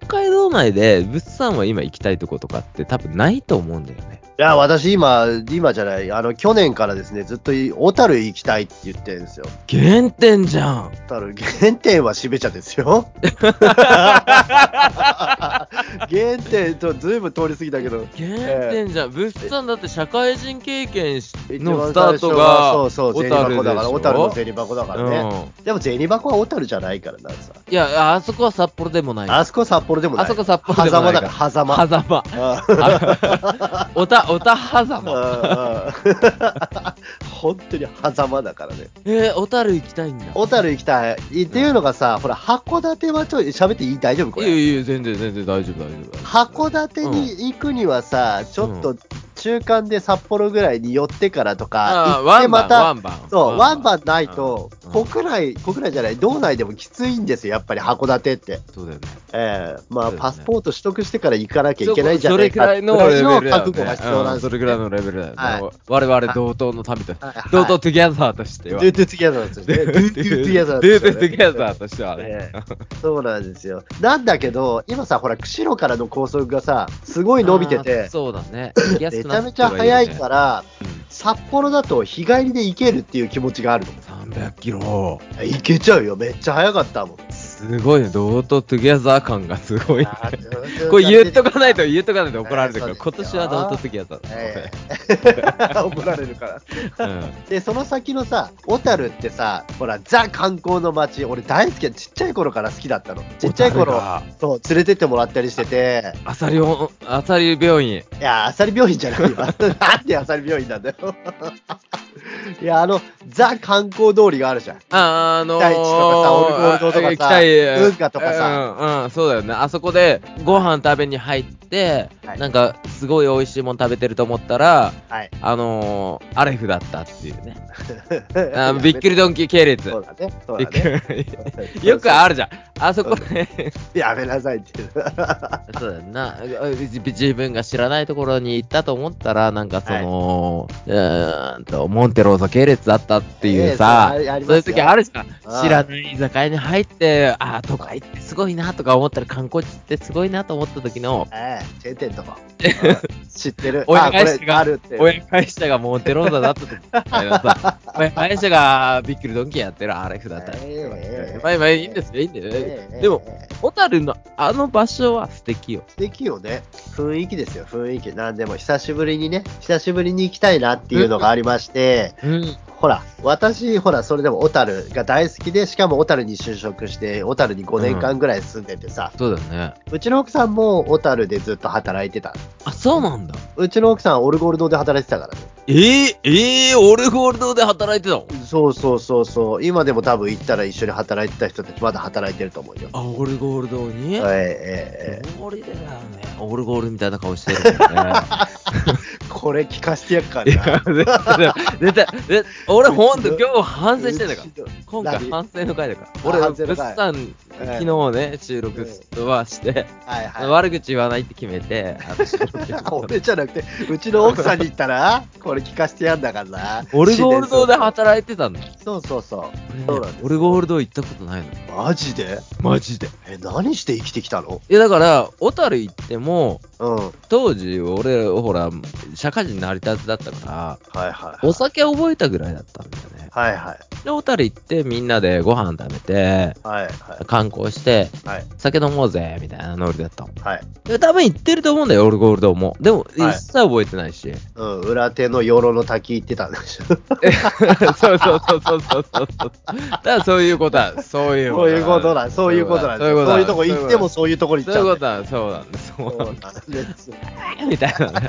Speaker 1: 北海道内で、物産は今行きたいとことかって多分ないと思うんだよね。
Speaker 2: いや、私今、今じゃない、あの、去年からですね、ずっとい小樽行きたいって言ってるんですよ。
Speaker 1: 原点じゃん
Speaker 2: 小樽、原点はしべちゃですよ。原点とずいぶん通り過ぎたけど。
Speaker 1: 原点じゃん、物産だって社会人経験し
Speaker 2: 一
Speaker 1: の
Speaker 2: 番
Speaker 1: スター
Speaker 2: 最初
Speaker 1: ト
Speaker 2: は
Speaker 1: が、
Speaker 2: そうそう、
Speaker 1: 小
Speaker 2: 銭
Speaker 1: 樽
Speaker 2: 箱
Speaker 1: でし
Speaker 2: だから、
Speaker 1: ょ
Speaker 2: 小樽の銭箱だからね。
Speaker 1: う
Speaker 2: でも銭箱は小樽じゃないからなさ。
Speaker 1: ん。いや、あそこは札幌でもない。
Speaker 2: あそこ札幌でもない。
Speaker 1: あそこ札幌でもないから
Speaker 2: 狭間だから、狭間。
Speaker 1: 狭間。
Speaker 2: あ
Speaker 1: あおた、おた狭間。
Speaker 2: ああ本当に狭間だからね。
Speaker 1: えー、小樽行きたいんだ。
Speaker 2: 小樽行きたい。っていうのがさ、ほら、函館はちょい喋っていい大丈夫こ
Speaker 1: いや
Speaker 2: れ。
Speaker 1: いや、全然全然大丈夫、大丈夫。
Speaker 2: 函館に行くにはさ、ちょっと中間で札幌ぐらいに寄ってからと
Speaker 1: あ
Speaker 2: か、
Speaker 1: ー
Speaker 2: 行っ
Speaker 1: ワ
Speaker 2: て
Speaker 1: ンバ
Speaker 2: ま
Speaker 1: ン、ワ
Speaker 2: た、
Speaker 1: ンバン。
Speaker 2: そう、ワンバンないと
Speaker 1: うん、
Speaker 2: 国内、国内じゃない、道内でもきついんですよ、やっぱり函館って。
Speaker 1: そうだよね。
Speaker 2: ええま
Speaker 1: そ
Speaker 2: あ、
Speaker 1: うですね
Speaker 2: パスポート取得してから行かなきゃいけないんじゃないか
Speaker 1: それくらいのレベルだよ、ね。
Speaker 2: 覚悟が必要な
Speaker 1: う
Speaker 2: んで
Speaker 1: そ
Speaker 2: す
Speaker 1: れく
Speaker 2: ね
Speaker 1: らいのレベルだよ、ね
Speaker 2: は
Speaker 1: 我々同等の民と、
Speaker 2: はい
Speaker 1: 同等トゥギャザーとしては。
Speaker 2: ドゥトゥトゥギャザーですね。ドゥトゥトゥギャザー
Speaker 1: ドゥ
Speaker 2: です
Speaker 1: トゥ
Speaker 2: よね
Speaker 1: トゥギャザーとしてはね。
Speaker 2: ええそうなんですよ。なんだけど、今さ、ほら、釧路からの高速がさ、すごい伸びて
Speaker 1: あー
Speaker 2: て、
Speaker 1: そうだね。。
Speaker 2: めちゃめちゃ速いからら、
Speaker 1: うん
Speaker 2: 札幌だと日帰りで行けるっていう気持ちがあるの。
Speaker 1: 300キロ。
Speaker 2: 行けちゃうよ、めっちゃ速かったもん。
Speaker 1: すごいね。同等トゥギャザー感がすごいね。
Speaker 2: あー
Speaker 1: これ言っとかないと、。言っとかないと怒られるから、
Speaker 2: そう
Speaker 1: 今
Speaker 2: です
Speaker 1: 年
Speaker 2: よ
Speaker 1: は同等トゥギャザーだね。
Speaker 2: ええ怒られるから。
Speaker 1: うん
Speaker 2: で、その先のさ、小樽ってさ、ほら、ザ観光の街、俺大好き、ちっちゃい頃から好きだったの。ちっちゃい
Speaker 1: 小樽
Speaker 2: 頃、
Speaker 1: が
Speaker 2: そう、連れてってもらったりしてて、
Speaker 1: アサリを、アサリ病院。
Speaker 2: いや、アサリ病院じゃないわ。 なんでアサリ病院なんだよ。 いや、あの、ザ観光通りがあるじゃん。
Speaker 1: あのー、
Speaker 2: 北一とかさオルゴールドとかさ
Speaker 1: あ行きたい
Speaker 2: 文化とかさ
Speaker 1: うん、うん、そうだよね。あそこでご飯食べに入って、
Speaker 2: はい
Speaker 1: なんかすごい美味しいもん食べてると思ったら、
Speaker 2: はい。
Speaker 1: あのー、アレフだったっていうね。あ
Speaker 2: や
Speaker 1: ー
Speaker 2: め
Speaker 1: びっくりドンキー系列。
Speaker 2: そうだね。そう
Speaker 1: び
Speaker 2: だね。
Speaker 1: っくりよくあるじゃん。あそこね。
Speaker 2: やめなさ いっていう。
Speaker 1: そうだよな。じ自分が知らないところに行ったと思ったら、なんかその、うーんと、モンテローザ系列だったっていうさ、
Speaker 2: ええそれありますよ
Speaker 1: そういう時あるじゃん。
Speaker 2: ああ
Speaker 1: 知らない居酒屋に入って、ああ、都会ってすごいなとか思ったら観光地ってすごいなと思った時の、
Speaker 2: ええ、チェーン店 とか。うん知ってる。
Speaker 1: 親
Speaker 2: あ
Speaker 1: 会
Speaker 2: こ
Speaker 1: 社
Speaker 2: れ
Speaker 1: が
Speaker 2: あるって。
Speaker 1: 親会社がモンテローザだった時みたいなさ、 親会社がビックリドンキーやってるアレフだったり
Speaker 2: ええ
Speaker 1: まあまあいいんですよ、いいんだよ。
Speaker 2: ええ
Speaker 1: でも、
Speaker 2: ええ
Speaker 1: 小樽のあの場所は素敵よ。
Speaker 2: 素敵よね。雰囲気ですよ、雰囲気。なんでも久しぶりにね、久しぶりに行きたいなっていうのがありまして、
Speaker 1: うん。
Speaker 2: ほら、私、ほら、それでも小樽が大好きで、しかも小樽に就職して、小樽に5年間ぐらい住んでてさ、
Speaker 1: そうだよね。
Speaker 2: うちの奥さんも小樽でずっと働いてた。
Speaker 1: あ、そうなんだ。
Speaker 2: うちの奥さん、オルゴールドで働いてたからね。
Speaker 1: えー、えー、オルゴールドで働いてたの
Speaker 2: そうそうそうそう、今でも多分行ったら一緒に働いてた人たち、まだ働いてると思うよ。
Speaker 1: あ、オルゴールドに
Speaker 2: ええ
Speaker 1: い。
Speaker 2: えええ
Speaker 1: オルゴールドだよね。オルゴールみたいな顔してるもん ね。
Speaker 2: えこれ聞かせてやっか
Speaker 1: い
Speaker 2: ら
Speaker 1: や
Speaker 2: な。、
Speaker 1: 絶対、絶対、絶対俺ほんと今日 反省してんだから。
Speaker 2: ら。
Speaker 1: 今回
Speaker 2: 何
Speaker 1: 反省の回だから。
Speaker 2: あ
Speaker 1: 俺、
Speaker 2: 反
Speaker 1: 物
Speaker 2: 省の回
Speaker 1: 産、昨日ね、収録はして、
Speaker 2: はいはい。
Speaker 1: 悪口言わないって決めて、あの収録
Speaker 2: 俺じゃなくて、うちの奥さんに言ったら、これ聞かせてやんだからな。
Speaker 1: オルゴールドで
Speaker 2: 働
Speaker 1: 働いてたんだ。
Speaker 2: そうそうそう。
Speaker 1: 俺ね
Speaker 2: そうなんです
Speaker 1: オルゴールド行ったことないの。
Speaker 2: マジで
Speaker 1: マジで。
Speaker 2: え、何して生きてきたの
Speaker 1: いや、だから、小樽行っても、
Speaker 2: うん。はい
Speaker 1: 当時、俺、ほら、社会人になりたてだったから、
Speaker 2: はいはい。
Speaker 1: お酒覚えたぐらいだったんだよね。
Speaker 2: はいはい。
Speaker 1: で、小樽行ってみんなでご飯食べて、
Speaker 2: はいはい。
Speaker 1: 観光して、
Speaker 2: はい
Speaker 1: 酒飲もうぜ、みたいなノリだったもん。
Speaker 2: はい。
Speaker 1: で、多分行ってると思うんだよ、オルゴールドも。でも、
Speaker 2: はい
Speaker 1: 一切覚えてないし。
Speaker 2: うん、裏手の養老の滝行ってたんで しょ。
Speaker 1: そうそうそうそうそうそう。 だからそういうことだ。そういう
Speaker 2: そういうことだ、そういうことだ。
Speaker 1: そういうことだ。
Speaker 2: そういうとこ行ってもそういうとこに行
Speaker 1: そ
Speaker 2: っ
Speaker 1: う
Speaker 2: ち
Speaker 1: い
Speaker 2: ゃ
Speaker 1: うこ
Speaker 2: うん
Speaker 1: と
Speaker 2: だよ。
Speaker 1: だ。そういうことだ。そうなんだ。そもう、
Speaker 2: です
Speaker 1: みたいなね。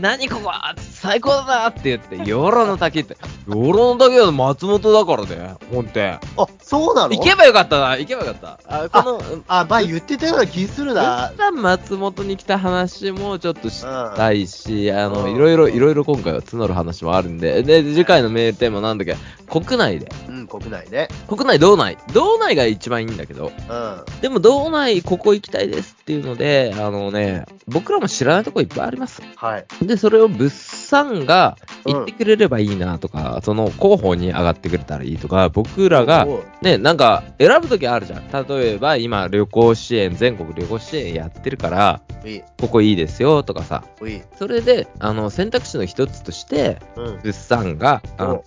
Speaker 1: 何ここは最高だなって言って、ヨロの滝って、ヨロの滝は松本だからね、本店。
Speaker 2: あ、そうなの
Speaker 1: 行けばよかったな、行けばよかった。あこの、
Speaker 2: あ、まあ言ってたような気するな
Speaker 1: 一。旦松本に来た話もちょっとしたいし、あの、
Speaker 2: うん
Speaker 1: いろいろ、いろいろ今回は募る話もあるんで、で、次回の名テーマなんだっけ、国内で。
Speaker 2: うん、国内ね。
Speaker 1: 国内、道内。道内が一番いいんだけど、
Speaker 2: うん。
Speaker 1: でも道内ここ行きたいですっていうので、あのね、僕らも知らないとこいっぱいあります。
Speaker 2: はい。
Speaker 1: で、それを物産が言ってくれればいいなとか、その候補に上がってくれたらいいとか、僕らが、
Speaker 2: おう
Speaker 1: ね、なんか選ぶときあるじゃん。例えば今旅行支援、全国旅行支援やってるから、
Speaker 2: いい、
Speaker 1: ここいいですよとかさ。
Speaker 2: いい。
Speaker 1: それで、あの、選択肢の一つとして、
Speaker 2: うん。
Speaker 1: 物産が、あの、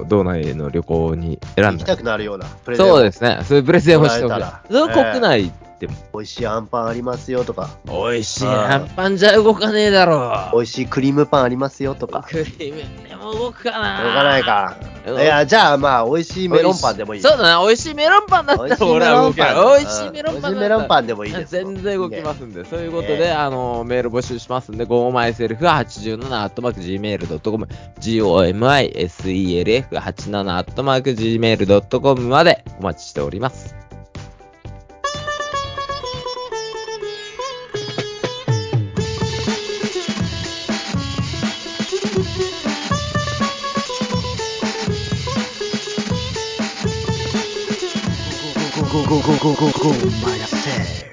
Speaker 1: お道内の旅行に選ん
Speaker 2: 行き
Speaker 1: だ。
Speaker 2: たくなるようなプレゼン。
Speaker 1: そうですね。そういうプレゼンをしておく
Speaker 2: もらえたら。
Speaker 1: その
Speaker 2: ええ
Speaker 1: 国内でも、
Speaker 2: 美味しいあんパンありますよとか、
Speaker 1: 美味しい
Speaker 2: うん
Speaker 1: あんパンじゃ動かねえだ
Speaker 2: 美
Speaker 1: ろ。
Speaker 2: 味しいクリームパンありますよとか。
Speaker 1: クリームでも動くか
Speaker 2: 動
Speaker 1: な。
Speaker 2: かないか。い
Speaker 1: うん
Speaker 2: や、じゃあまあ、美味しいメロンパンでもいい。
Speaker 1: そうだな、美味しいメロンパンだった
Speaker 2: 美味
Speaker 1: ら
Speaker 2: しいメ
Speaker 1: 俺は
Speaker 2: ロ
Speaker 1: 動
Speaker 2: ン
Speaker 1: ける
Speaker 2: パン。。
Speaker 1: 美味しいメロンパン
Speaker 2: うん美味しい
Speaker 1: だ
Speaker 2: メ
Speaker 1: った
Speaker 2: ロ
Speaker 1: ら
Speaker 2: ンパンでもいいです。。
Speaker 1: 全然動きますすんで、そういうこと
Speaker 2: え
Speaker 1: で、
Speaker 2: え
Speaker 1: あの、メール募集しますんで、ゴーマイセルフは87アットマーク Gmail.com、gomiself87 アットマーク Gmail.com までお待ちしております。
Speaker 2: ゴーゴーゴーゴーゴーゴーゴーマイセル。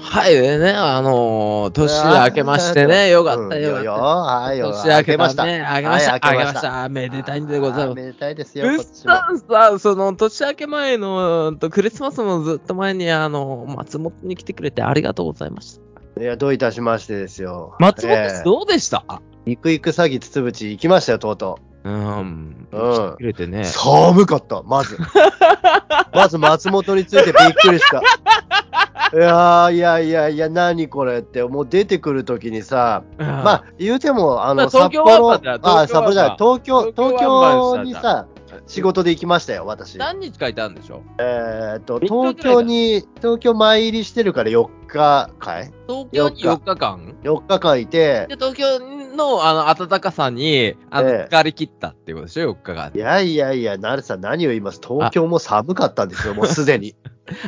Speaker 1: はい、でね、あの、年明けましてね、よかった
Speaker 2: うん
Speaker 1: よか
Speaker 2: よ
Speaker 1: った。
Speaker 2: よ。はいよ。
Speaker 1: 年明けました。
Speaker 2: 明
Speaker 1: ね、明けました。
Speaker 2: はい
Speaker 1: 明けました。めでたいんでござい
Speaker 2: あー
Speaker 1: ます。
Speaker 2: めでたいですよ。
Speaker 1: うっ
Speaker 2: 今年も
Speaker 1: さんさ、その、年明け前の、うんとクリスマスもずっと前に、あの、松本に来てくれてありがとうございました。
Speaker 2: いや、どういたしましてですよ。
Speaker 1: 松
Speaker 2: え
Speaker 1: 本、
Speaker 2: え
Speaker 1: どうでした、
Speaker 2: 行く行く詐欺つつぶち行きましたよ、とうと
Speaker 1: うん。
Speaker 2: うん
Speaker 1: 来てくれてね
Speaker 2: う。。寒かった、まず。まず松本についてびっくりした。いやーいやいやいや、何これって、もう出てくるときにさ、ま
Speaker 1: ま
Speaker 2: あ、言うても、あ
Speaker 1: まあ
Speaker 2: の、
Speaker 1: 東
Speaker 2: 札
Speaker 1: 京
Speaker 2: 幌、
Speaker 1: ワ
Speaker 2: あ
Speaker 1: ンマンだ
Speaker 2: ー、
Speaker 1: 東京
Speaker 2: 札幌じゃない、東京、
Speaker 1: 東
Speaker 2: 東
Speaker 1: 京ワンマ
Speaker 2: 京
Speaker 1: ン
Speaker 2: に
Speaker 1: した
Speaker 2: さ、仕事で行きましたよ、私。
Speaker 1: 何日かいたんでしょ
Speaker 2: えーっと、
Speaker 1: 三日ぐらい
Speaker 2: 東
Speaker 1: だ
Speaker 2: 京に、東京前入りしてるから4日間
Speaker 1: 東京に
Speaker 2: 四
Speaker 1: 4
Speaker 2: 日
Speaker 1: 日間
Speaker 2: ?4 日間いて、
Speaker 1: で、東京の、あの、暖かさに、あの、
Speaker 2: ええ
Speaker 1: 疲れ切ったっていうことでしょ ?4 日間
Speaker 2: い。やいやいや、なるさん、何を言います。東京も寒かったんですよ、もうすでに。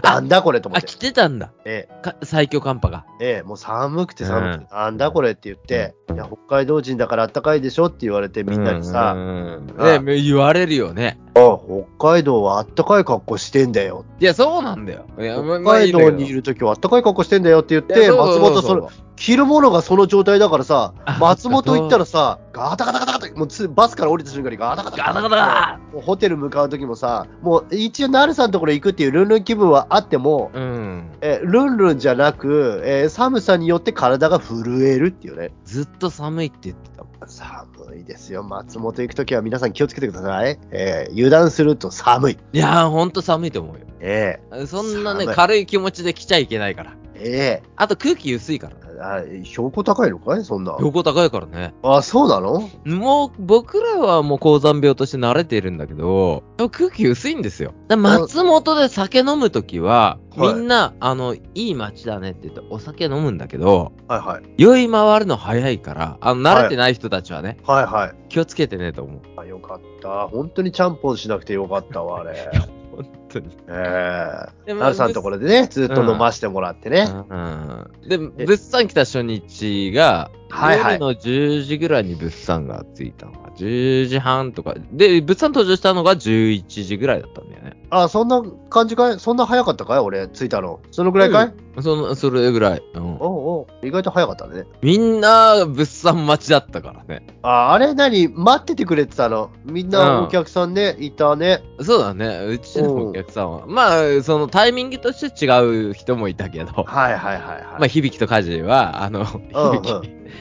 Speaker 2: なんだこれと 思
Speaker 1: あ、
Speaker 2: って
Speaker 1: 来。てたんだ。
Speaker 2: え
Speaker 1: か最強寒波が。
Speaker 2: え、ええ、もう寒くて寒くて、なんだこれって言って、いや、北海道人だから暖かいでしょって言われてみんなにさ、
Speaker 1: さね、言われるよね。
Speaker 2: あ北海道は暖かい格好してんだよ。
Speaker 1: いや、そうなんだよ。いや
Speaker 2: 北海道にい
Speaker 1: る。
Speaker 2: るときは暖かい格好してんだよって言って、松本、その、
Speaker 1: の、
Speaker 2: 着るものがその状態だからさ
Speaker 1: あ、
Speaker 2: 松本行ったらさ、ガタガタガタガタ、もうつバスから降りた瞬間にガタガタ
Speaker 1: ガタガタ
Speaker 2: もうホテル向かうときもさ、もう一応、なるさんのところ行くっていうルンルン気分はあっても、
Speaker 1: うん。
Speaker 2: えルンルンじゃなく、えー寒さによって体が震えるっていうね。
Speaker 1: ずっと寒いって言ってたもん。
Speaker 2: 寒いですよ。松本行くときは皆さん気をつけてください。えー油断すると寒い。
Speaker 1: いやー、ほんと寒いと思うよ。
Speaker 2: え
Speaker 1: そんなね、
Speaker 2: 寒い
Speaker 1: 軽い気持ちで来ちゃいけないから。
Speaker 2: ー、え
Speaker 1: あと空気薄いから。
Speaker 2: ー、あ標高高いのかいそんな。
Speaker 1: 標高高いからね。
Speaker 2: あ、そうなの
Speaker 1: もう僕らはもう高山病として慣れているんだけど、でも空気薄いんですよ。だから松本で酒飲むときは、み
Speaker 2: はい
Speaker 1: んな、あの、いい街だねって言ってお酒飲むんだけど、
Speaker 2: はいはい。
Speaker 1: 酔い回るの早いから、あの、慣れてない人たちはね、
Speaker 2: はいはい。
Speaker 1: 気をつけてねと思う。
Speaker 2: あよかった。本当にちゃんぽんしなくてよかった わ、あれ。
Speaker 1: 本当に。
Speaker 2: えー
Speaker 1: でも
Speaker 2: なるさんのところでね、ずっと飲ましてもらってね。
Speaker 1: うん。で、物産来た初日が、
Speaker 2: はいは
Speaker 1: 夜
Speaker 2: い
Speaker 1: の10時ぐらいに物産が着いたのが、10時半とか、で、物産登場したのが11時ぐらいだったんだよね。
Speaker 2: あ、そんな感じかいそんな早かったかい俺、着いたの。そのぐらいかい、
Speaker 1: その、それぐらい。うん。
Speaker 2: おうおう意外と早かったね。
Speaker 1: みんな、物産待ちだったからね。
Speaker 2: ああれ何待っててくれてたのみんな
Speaker 1: うん
Speaker 2: お客さんね、いたね。
Speaker 1: そうだね。うちのお客さんは。まあ、そのタイミングとして違う人もいたけど。
Speaker 2: はいはいはい
Speaker 1: まあ、
Speaker 2: はい。
Speaker 1: 響とカジは、あの、
Speaker 2: うん
Speaker 1: 響き、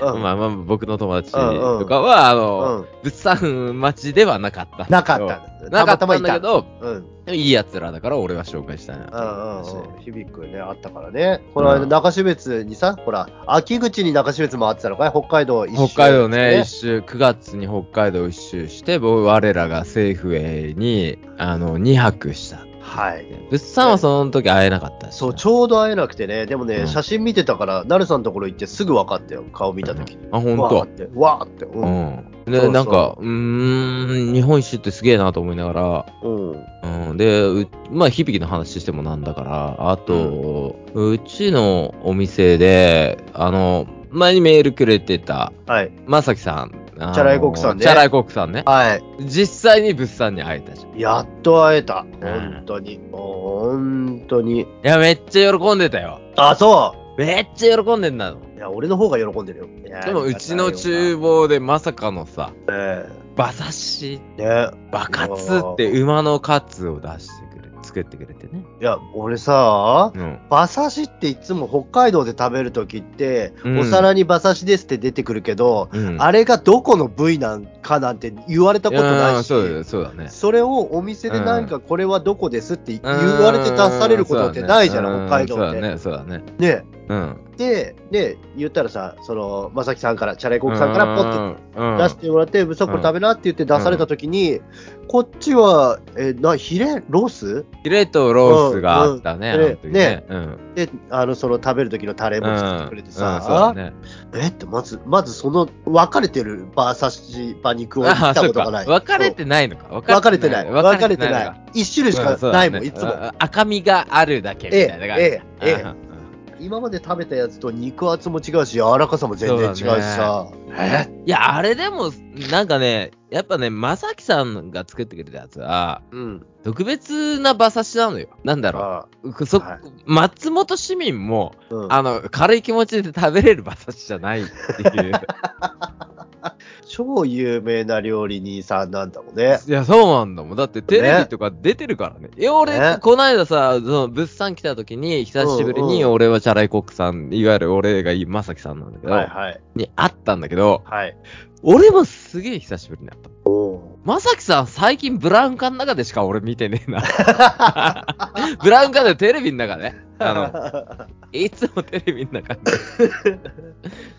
Speaker 2: うん
Speaker 1: まあまあ、僕の友達とかは、あの、
Speaker 2: うん、
Speaker 1: 物産待ちではなかったんだけど。
Speaker 2: なかった。
Speaker 1: なかったんだけ
Speaker 2: たま
Speaker 1: ど、
Speaker 2: たまいた。うん
Speaker 1: でもいいやつらだから俺は紹介したいな
Speaker 2: う
Speaker 1: と思
Speaker 2: ん
Speaker 1: っ
Speaker 2: うんう
Speaker 1: た
Speaker 2: ん、
Speaker 1: し。
Speaker 2: 響くね、あったからね。この
Speaker 1: う
Speaker 2: 間、
Speaker 1: ん
Speaker 2: 中標津にさ、ほら、秋口に中標津回ってたのかい北海道一周、
Speaker 1: 北海道ね、一周、9月に北海道一周して、僕我らが政府へに、あの、2泊した。
Speaker 2: はい。
Speaker 1: うっさんはその時会えなかったし。
Speaker 2: そう、ちょうど会えなくてね、でもね、
Speaker 1: うん
Speaker 2: 写真見てたから、なるさんのところ行ってすぐ分かったよ、顔見たとき。
Speaker 1: あ、ほん
Speaker 2: わーっ
Speaker 1: と。
Speaker 2: て、わーって、
Speaker 1: う。
Speaker 2: うんそう
Speaker 1: で、
Speaker 2: そう
Speaker 1: なんか、うーん、日本一周ってすげえなと思いなが
Speaker 2: ん。うん。
Speaker 1: ら、うん。で、うまあ、響きの話してもなんだから、あと、うちのお店で、あの、前にメールくれてた、
Speaker 2: はい。
Speaker 1: まさきさん。あの
Speaker 2: チャライコックさんね
Speaker 1: チャライコックさんね。
Speaker 2: はい。
Speaker 1: 実際に物産に会えたじゃん。い
Speaker 2: やっと会えた。本当に。本当に。
Speaker 1: や、めっちゃ喜んでたよ。
Speaker 2: あ、そ
Speaker 1: めっちゃ喜んでんなの。
Speaker 2: ういや、俺の方が喜んでるよ。いや
Speaker 1: でも、うちの厨。房でまさかのさ、
Speaker 2: ありがたいよ
Speaker 1: 馬刺し、
Speaker 2: ええね
Speaker 1: 馬カツって馬のカツを出してくれ、作ってくれてね。
Speaker 2: いや、俺さ、
Speaker 1: うん。
Speaker 2: 馬刺しっていつも北海道で食べるときって、
Speaker 1: うん
Speaker 2: お皿に馬刺しですって出てくるけど、
Speaker 1: うん、
Speaker 2: あれがどこの部位なんかなんて言われたこと
Speaker 1: う
Speaker 2: なんいし、
Speaker 1: そうだよそうだね。
Speaker 2: それをお店でなんかこれはどこですって言われて出されることって
Speaker 1: うん
Speaker 2: ないじゃな
Speaker 1: う
Speaker 2: い、
Speaker 1: ん
Speaker 2: 北海道って。
Speaker 1: そうだね、
Speaker 2: ね
Speaker 1: そうだね。
Speaker 2: で、ね、言ったらさ、その、まさきさんから、チャレ
Speaker 1: う
Speaker 2: コ
Speaker 1: ん。
Speaker 2: クさんからポッて
Speaker 1: うん
Speaker 2: 出してもらって、うそこれ食べなって言って出されたときに、こっちは、えーなヒレロース
Speaker 1: ヒレとロースがあったね、
Speaker 2: うんうん
Speaker 1: あの時ね。うん。
Speaker 2: であのその食べる時のタレも作ってくれて
Speaker 1: うんそうだ
Speaker 2: さ、
Speaker 1: ね。
Speaker 2: えってまず、まずその分かれてる馬刺し、馬肉を
Speaker 1: あ
Speaker 2: 見
Speaker 1: あそ
Speaker 2: たこ
Speaker 1: う
Speaker 2: と
Speaker 1: か
Speaker 2: がない。
Speaker 1: 分かれてないのか。
Speaker 2: そう分かれてない。分かれて
Speaker 1: のか
Speaker 2: ない。一種類し
Speaker 1: う
Speaker 2: か
Speaker 1: んそうだ
Speaker 2: な
Speaker 1: ね
Speaker 2: いもん、いつも。
Speaker 1: あ赤みがあるだけみたいな感じ。
Speaker 2: ええええええ
Speaker 1: うん
Speaker 2: 今まで食べたやつと肉厚も違うし、柔らかさも全然違うしさ。え
Speaker 1: いや、あれでも、なんかね、やっぱね、まさきさんが作ってくれたやつは、
Speaker 2: うん。
Speaker 1: 特別な馬刺しなのよ。なんだろ
Speaker 2: あ
Speaker 1: う。そ、
Speaker 2: はい
Speaker 1: 松本市民も、
Speaker 2: うん
Speaker 1: あの、軽い気持ちで食べれる馬刺しじゃないっていう。
Speaker 2: 超有名な料理人さんなんだもんね。
Speaker 1: いや、そうなんだもん。だってテレビとか出てるからね。いや、俺、
Speaker 2: ね
Speaker 1: こないださ、その物産来た時に、久しぶり
Speaker 2: うん
Speaker 1: に
Speaker 2: うん
Speaker 1: 俺はチャライコックさん、いわゆる俺がまさきさんなんだけど、
Speaker 2: はいはい。
Speaker 1: に会ったんだけど、
Speaker 2: はい。
Speaker 1: 俺もすげえ久しぶりに会った。
Speaker 2: おー
Speaker 1: まさきさん、最近ブラウン管の中でしか俺見てね えな。ブラウン管でテレビの中ね。あの、 いつもテレビの中で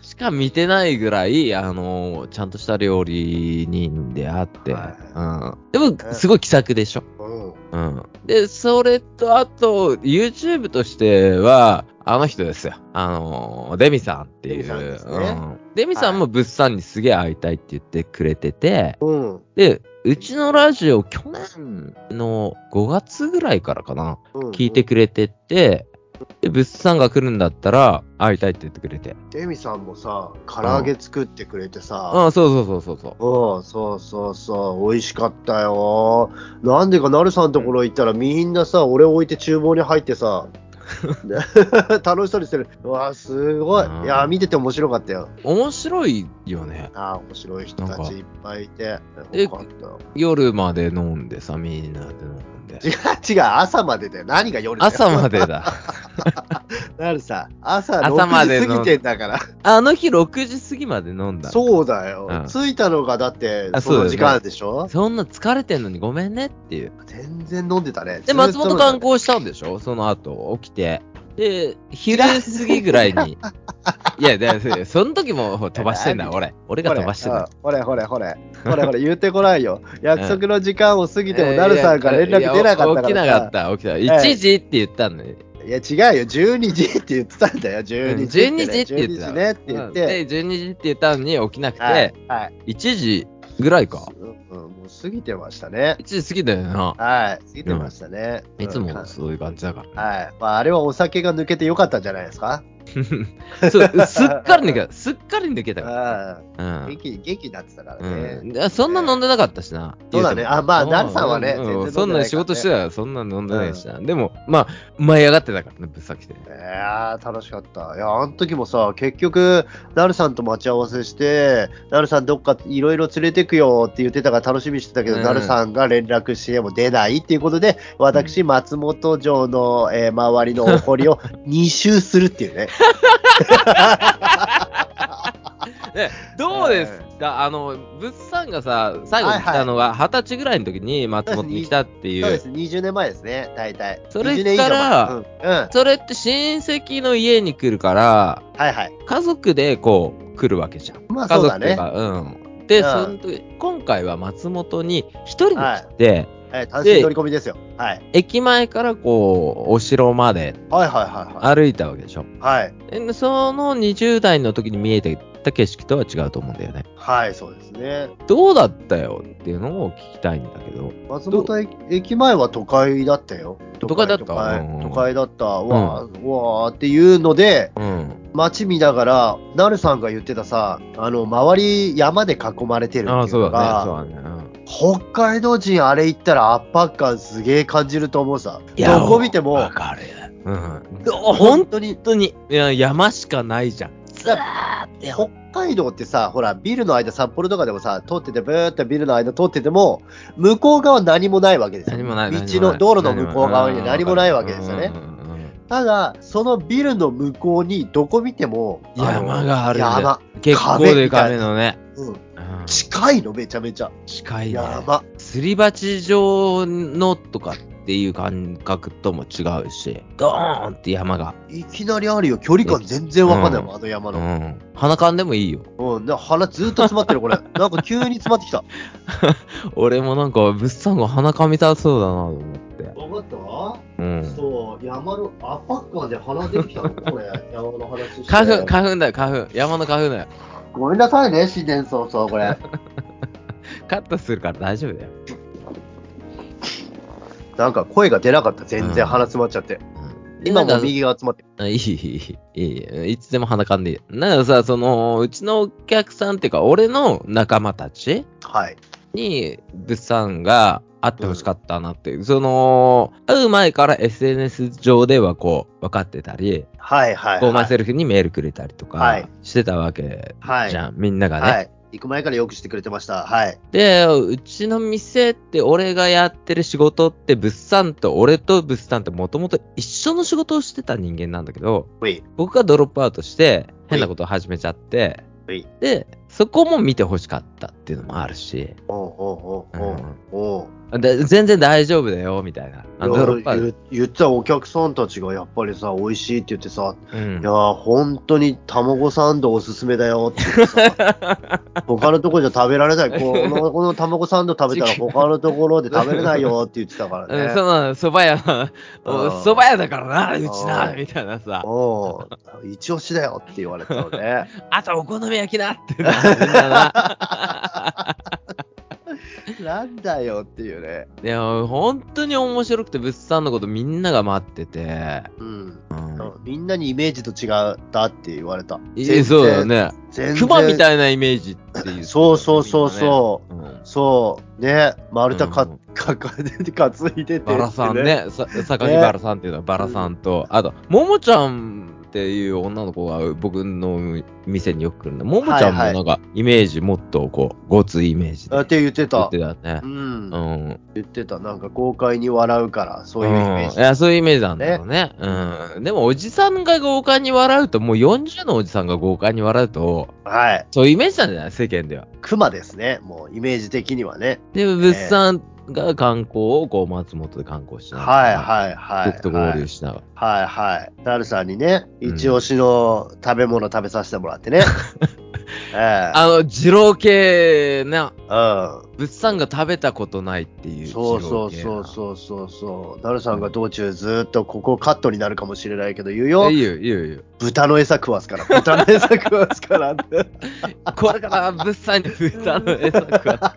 Speaker 1: しか見てないぐらい、あのちゃんとした料理人であって、うん、でも、すごい気さくでしょ。
Speaker 2: うん
Speaker 1: うん、で、それと、あと、YouTube としては、あの人ですよ。あのデミさんっていう。
Speaker 2: デミさんですね
Speaker 1: うんデミさんも物産にすげえ会いたいって言ってくれてて、
Speaker 2: うん。
Speaker 1: で、うちのラジオ、去年の5月ぐらいからかな。
Speaker 2: うん。
Speaker 1: 聞いてくれてって、で、物産が来るんだったら、会いたいって言ってくれて。
Speaker 2: デミさんもさ、唐揚げ作ってくれて
Speaker 1: あ
Speaker 2: さ、
Speaker 1: あ、そうそうそうそうそう。
Speaker 2: うん、そうそうそう、美味しかったよ。なんでか、なるさんのところ行ったら、みんなさ、俺置いて厨房に入って さ、ね楽しそうにしてる。うわ、すごい。
Speaker 1: うん
Speaker 2: いや、見てて面白かったよ。
Speaker 1: 面白いよね。
Speaker 2: あ面白い人たちいっぱいいて。よ
Speaker 1: え
Speaker 2: かったよ。
Speaker 1: 夜まで飲んでさ、みんなで飲ん で。
Speaker 2: 違う違う、朝までだよ。何が夜だよ。
Speaker 1: 朝までだ。
Speaker 2: なるさ、朝
Speaker 1: 朝ま
Speaker 2: 6
Speaker 1: で
Speaker 2: 時
Speaker 1: の
Speaker 2: 過ぎてんだから。
Speaker 1: あの日6時過ぎまで飲んだ。
Speaker 2: そうだよ、
Speaker 1: うん
Speaker 2: 着いたのがだって
Speaker 1: あ
Speaker 2: そ
Speaker 1: そうだよ
Speaker 2: の
Speaker 1: ね
Speaker 2: 時間でしょ、
Speaker 1: そんな疲れてんのにごめんねっていう。
Speaker 2: 全然飲んでたね
Speaker 1: で、松本観
Speaker 2: 光
Speaker 1: 光したんでしょその後、起きて。で、昼過ぎぐらい に。いや、だからその時も飛ばしてんだ、俺。俺が飛ばしてんだ。
Speaker 2: ほれほれほれほれほれほれ言ってこないよ約束の時間を過ぎて
Speaker 1: え
Speaker 2: も
Speaker 1: ー
Speaker 2: なるさんから連
Speaker 1: いや
Speaker 2: 絡出なかったから
Speaker 1: 起きなかった、起きなかった。1時って言ったのに。
Speaker 2: いや違うよ12時って言ってたんだよ12時
Speaker 1: 12時って言ってた
Speaker 2: 12時ねって言って、
Speaker 1: で、12時って言ったのに起きなくて、
Speaker 2: はいはい
Speaker 1: 1時ぐらいか。
Speaker 2: うんうんもう過ぎてましたね
Speaker 1: 1時過ぎだよな。
Speaker 2: はい過ぎてましたね、うん
Speaker 1: いつ
Speaker 2: は
Speaker 1: も
Speaker 2: い
Speaker 1: そういう感じだから、
Speaker 2: はいまあ、あれはお酒が抜けてよかったんじゃないですか
Speaker 1: そう、すっかり抜けた。すっかり抜けたか
Speaker 2: あ
Speaker 1: ら。うん。
Speaker 2: 激激になってたから
Speaker 1: う
Speaker 2: ね、
Speaker 1: ん、でそんな飲んでなかったしな。
Speaker 2: そうだ
Speaker 1: 言
Speaker 2: ね
Speaker 1: ても
Speaker 2: あまあ
Speaker 1: う
Speaker 2: ダルさんはね
Speaker 1: う
Speaker 2: 全然飲んでないからね
Speaker 1: そんな仕事してたら、そんな飲んでないしな。でも、まあ、舞い上がってたからね、ぶっさきて。
Speaker 2: いやー楽しかった。いや、あの時もさ、結局、なるさんと待ち合わせして、なるさんどっかいろいろ連れてくよって言ってたから楽しみにしてたけど、
Speaker 1: うん
Speaker 2: なるさんが連絡しても出ないっていうことで、私、松本城の、えー周りのお堀 を2周するっていうね。
Speaker 1: えどうですか、あの、ぶっさんがさ、最後に来たのは二十歳ぐらいの時に松本に来たっていう。
Speaker 2: そうです、20年前ですね、大体。
Speaker 1: それ
Speaker 2: 20年以
Speaker 1: か
Speaker 2: 上前
Speaker 1: ら
Speaker 2: うん、うん
Speaker 1: それって親戚の家に来るから、
Speaker 2: はいはい。
Speaker 1: 家族でこう来るわけじゃん。
Speaker 2: まあ
Speaker 1: 家
Speaker 2: そう
Speaker 1: 族
Speaker 2: だ
Speaker 1: ってい
Speaker 2: ね
Speaker 1: う。か、うん。で、
Speaker 2: うん
Speaker 1: その時今回は松本に一人で来て、
Speaker 2: えー単身乗り込みですよ。はい。
Speaker 1: 駅前からこう、お城まで
Speaker 2: はいはいは
Speaker 1: 歩いたわけでしょ。
Speaker 2: いはい。はい。
Speaker 1: でその20代の時に見えてた景色とは違うと思うんだよね。
Speaker 2: はい、そうですね。
Speaker 1: どうだったよっていうのを聞きたいんだけど。
Speaker 2: 松本駅駅前は都会だったよ。
Speaker 1: 都会だった
Speaker 2: 都会
Speaker 1: うん
Speaker 2: 都会だった。わあ、わあっていうので、
Speaker 1: うん。
Speaker 2: 街見ながら、なるさんが言ってたさ、あの、周り山で囲まれてるって
Speaker 1: ああ、
Speaker 2: いう
Speaker 1: そ
Speaker 2: の
Speaker 1: うだね。そ
Speaker 2: が、
Speaker 1: うだね。うん
Speaker 2: 北海道人あれ行ったら圧迫感すげえ感じると思うさ。
Speaker 1: いや
Speaker 2: どこ見ても
Speaker 1: わ、かる。うん。
Speaker 2: 本当に
Speaker 1: 本当に、いや、山しかないじゃん。ずーって
Speaker 2: 北海道ってさ、ほら、ビルの間、札幌とかでもさ、通ってて、ブーってビルの間通ってても、向こう側何もないわけですよ。
Speaker 1: 何もない。
Speaker 2: 道
Speaker 1: 何もな
Speaker 2: の、
Speaker 1: い
Speaker 2: 道路の向こう側に何もないわけですよね。。
Speaker 1: うんうんうんうん
Speaker 2: ただ、そのビルの向こうに、どこ見ても、
Speaker 1: 山があるんだよ
Speaker 2: 山。
Speaker 1: 結構でかめのね。
Speaker 2: うん。
Speaker 1: うん
Speaker 2: 近いの、めちゃめちゃ。
Speaker 1: 近いね。
Speaker 2: 山。
Speaker 1: すり鉢状のとかっていう感覚とも違うし、ドーンって山が。
Speaker 2: いきなりあるよ。距離感全然わかんないもん、あの
Speaker 1: う
Speaker 2: 山の。
Speaker 1: ん。鼻かんでもいいよ。
Speaker 2: うん。で鼻ずっと詰まってる、これ。なんか急に詰まってきた。
Speaker 1: 俺もなんか、物産が鼻かみたそうだなと思って。
Speaker 2: わかっ
Speaker 1: う
Speaker 2: た
Speaker 1: ん。
Speaker 2: そう、山の圧迫感で鼻出てきたの、 これ。山の話して
Speaker 1: 花粉、花粉だよ、花粉。山の花粉だよ。
Speaker 2: ごめんなさいね、自然そうそう、これ。
Speaker 1: カットするから大丈夫だよ。
Speaker 2: なんか声が出なかった、全然鼻詰まっちゃって。今も
Speaker 1: い
Speaker 2: 右が集まってる。
Speaker 1: い、いい、いい。いつでも鼻かんでいい。なんかさ、その、うちのお客さんっていうか、俺の仲間たち
Speaker 2: はい。
Speaker 1: に、物産が会ってほしかったなっていう、その、会う前から SNS 上ではこう、分かってたり、
Speaker 2: はいはい、
Speaker 1: ゴーマイ
Speaker 2: はい。
Speaker 1: セルフにメールくれたりと
Speaker 2: は
Speaker 1: か
Speaker 2: い
Speaker 1: してたわけ
Speaker 2: はい。
Speaker 1: じゃん、みんながね。
Speaker 2: はい。行く前からよくしてくれてました。はい。
Speaker 1: で、うちの店って俺がやってる仕事って、物産と俺と物産ってもともと一緒の仕事をしてた人間なんだけど、
Speaker 2: ほい。
Speaker 1: 僕がドロップアウトして、変なことを始めちゃって
Speaker 2: ほい、
Speaker 1: で、そこも見てほしかったっていうのもあるし、
Speaker 2: おうおうおうおうおう
Speaker 1: で全然大丈夫だよ、みたいな。あのドロップアウ
Speaker 2: 言言ったお客さんたちがやっぱりさ、美味しいって言ってさ、
Speaker 1: ト。うん
Speaker 2: いやー、本当に卵サンドおすすめだよって言ってさ、 他のところじゃ食べられない、このこの卵サンド食べたら他のところで食べれないよって言ってたから
Speaker 1: うん
Speaker 2: ね。
Speaker 1: そうなの、蕎麦屋、お蕎麦屋だからな、うちな、
Speaker 2: うん
Speaker 1: みたいなさ、
Speaker 2: おう一押しだよって言われたの ね。
Speaker 1: あとお好み焼きなってな、みんなな。
Speaker 2: なんだよっていうね。
Speaker 1: でも、本当に面白くて、物産のことみんなが待ってて、
Speaker 2: うん。
Speaker 1: うん。
Speaker 2: みんなにイメージと違ったって言われた。
Speaker 1: えそうだよね。
Speaker 2: 全然。
Speaker 1: 熊み
Speaker 2: い。
Speaker 1: たいなイメージっていう。。
Speaker 2: そうそうそうそう
Speaker 1: ん
Speaker 2: う。そう。ね。丸太か、
Speaker 1: うん
Speaker 2: か、か、 かついでてって、
Speaker 1: バラさん。ね、さ榊バラさんっていうのはバラさんと、あと、ももちゃんっていう女の子が僕の店によく来るんで、ももちゃんもなんかイメージもっとこう、ごついイメージ
Speaker 2: あ
Speaker 1: で
Speaker 2: って言って。
Speaker 1: 言ったてたね
Speaker 2: う。ん
Speaker 1: う。ん。
Speaker 2: 言ってた。なんか豪快に笑うから、そういうイメー
Speaker 1: うんい
Speaker 2: ジ。
Speaker 1: や、そういうイメージなんだろうね。うん。でも、おじさんが豪快に笑うと、もう40のおじさんが豪快に笑うと、
Speaker 2: はい。
Speaker 1: そういうイメージなんじゃない世間では。
Speaker 2: 熊ですね。もうイメージ的にはね。
Speaker 1: で、物産が観光を、こう、松本で観光しながら。
Speaker 2: はいはいはい。
Speaker 1: 僕と合流しながら。
Speaker 2: はいはい。ダルさんにね、
Speaker 1: うん
Speaker 2: 一押しの食べ物食べさせてもらって ね。え
Speaker 1: あの、二郎系な、
Speaker 2: えう
Speaker 1: 物産が食べたことないってい
Speaker 2: ん。
Speaker 1: う。
Speaker 2: そうそうそうそうそうそう。ダルさんが道中ずっとここカットになるかもしれないけど言うよ
Speaker 1: い。いよ、いいよ、いいよ。
Speaker 2: 豚の餌食わすから。豚の餌食わすから って。
Speaker 1: これから物産に豚の餌食わ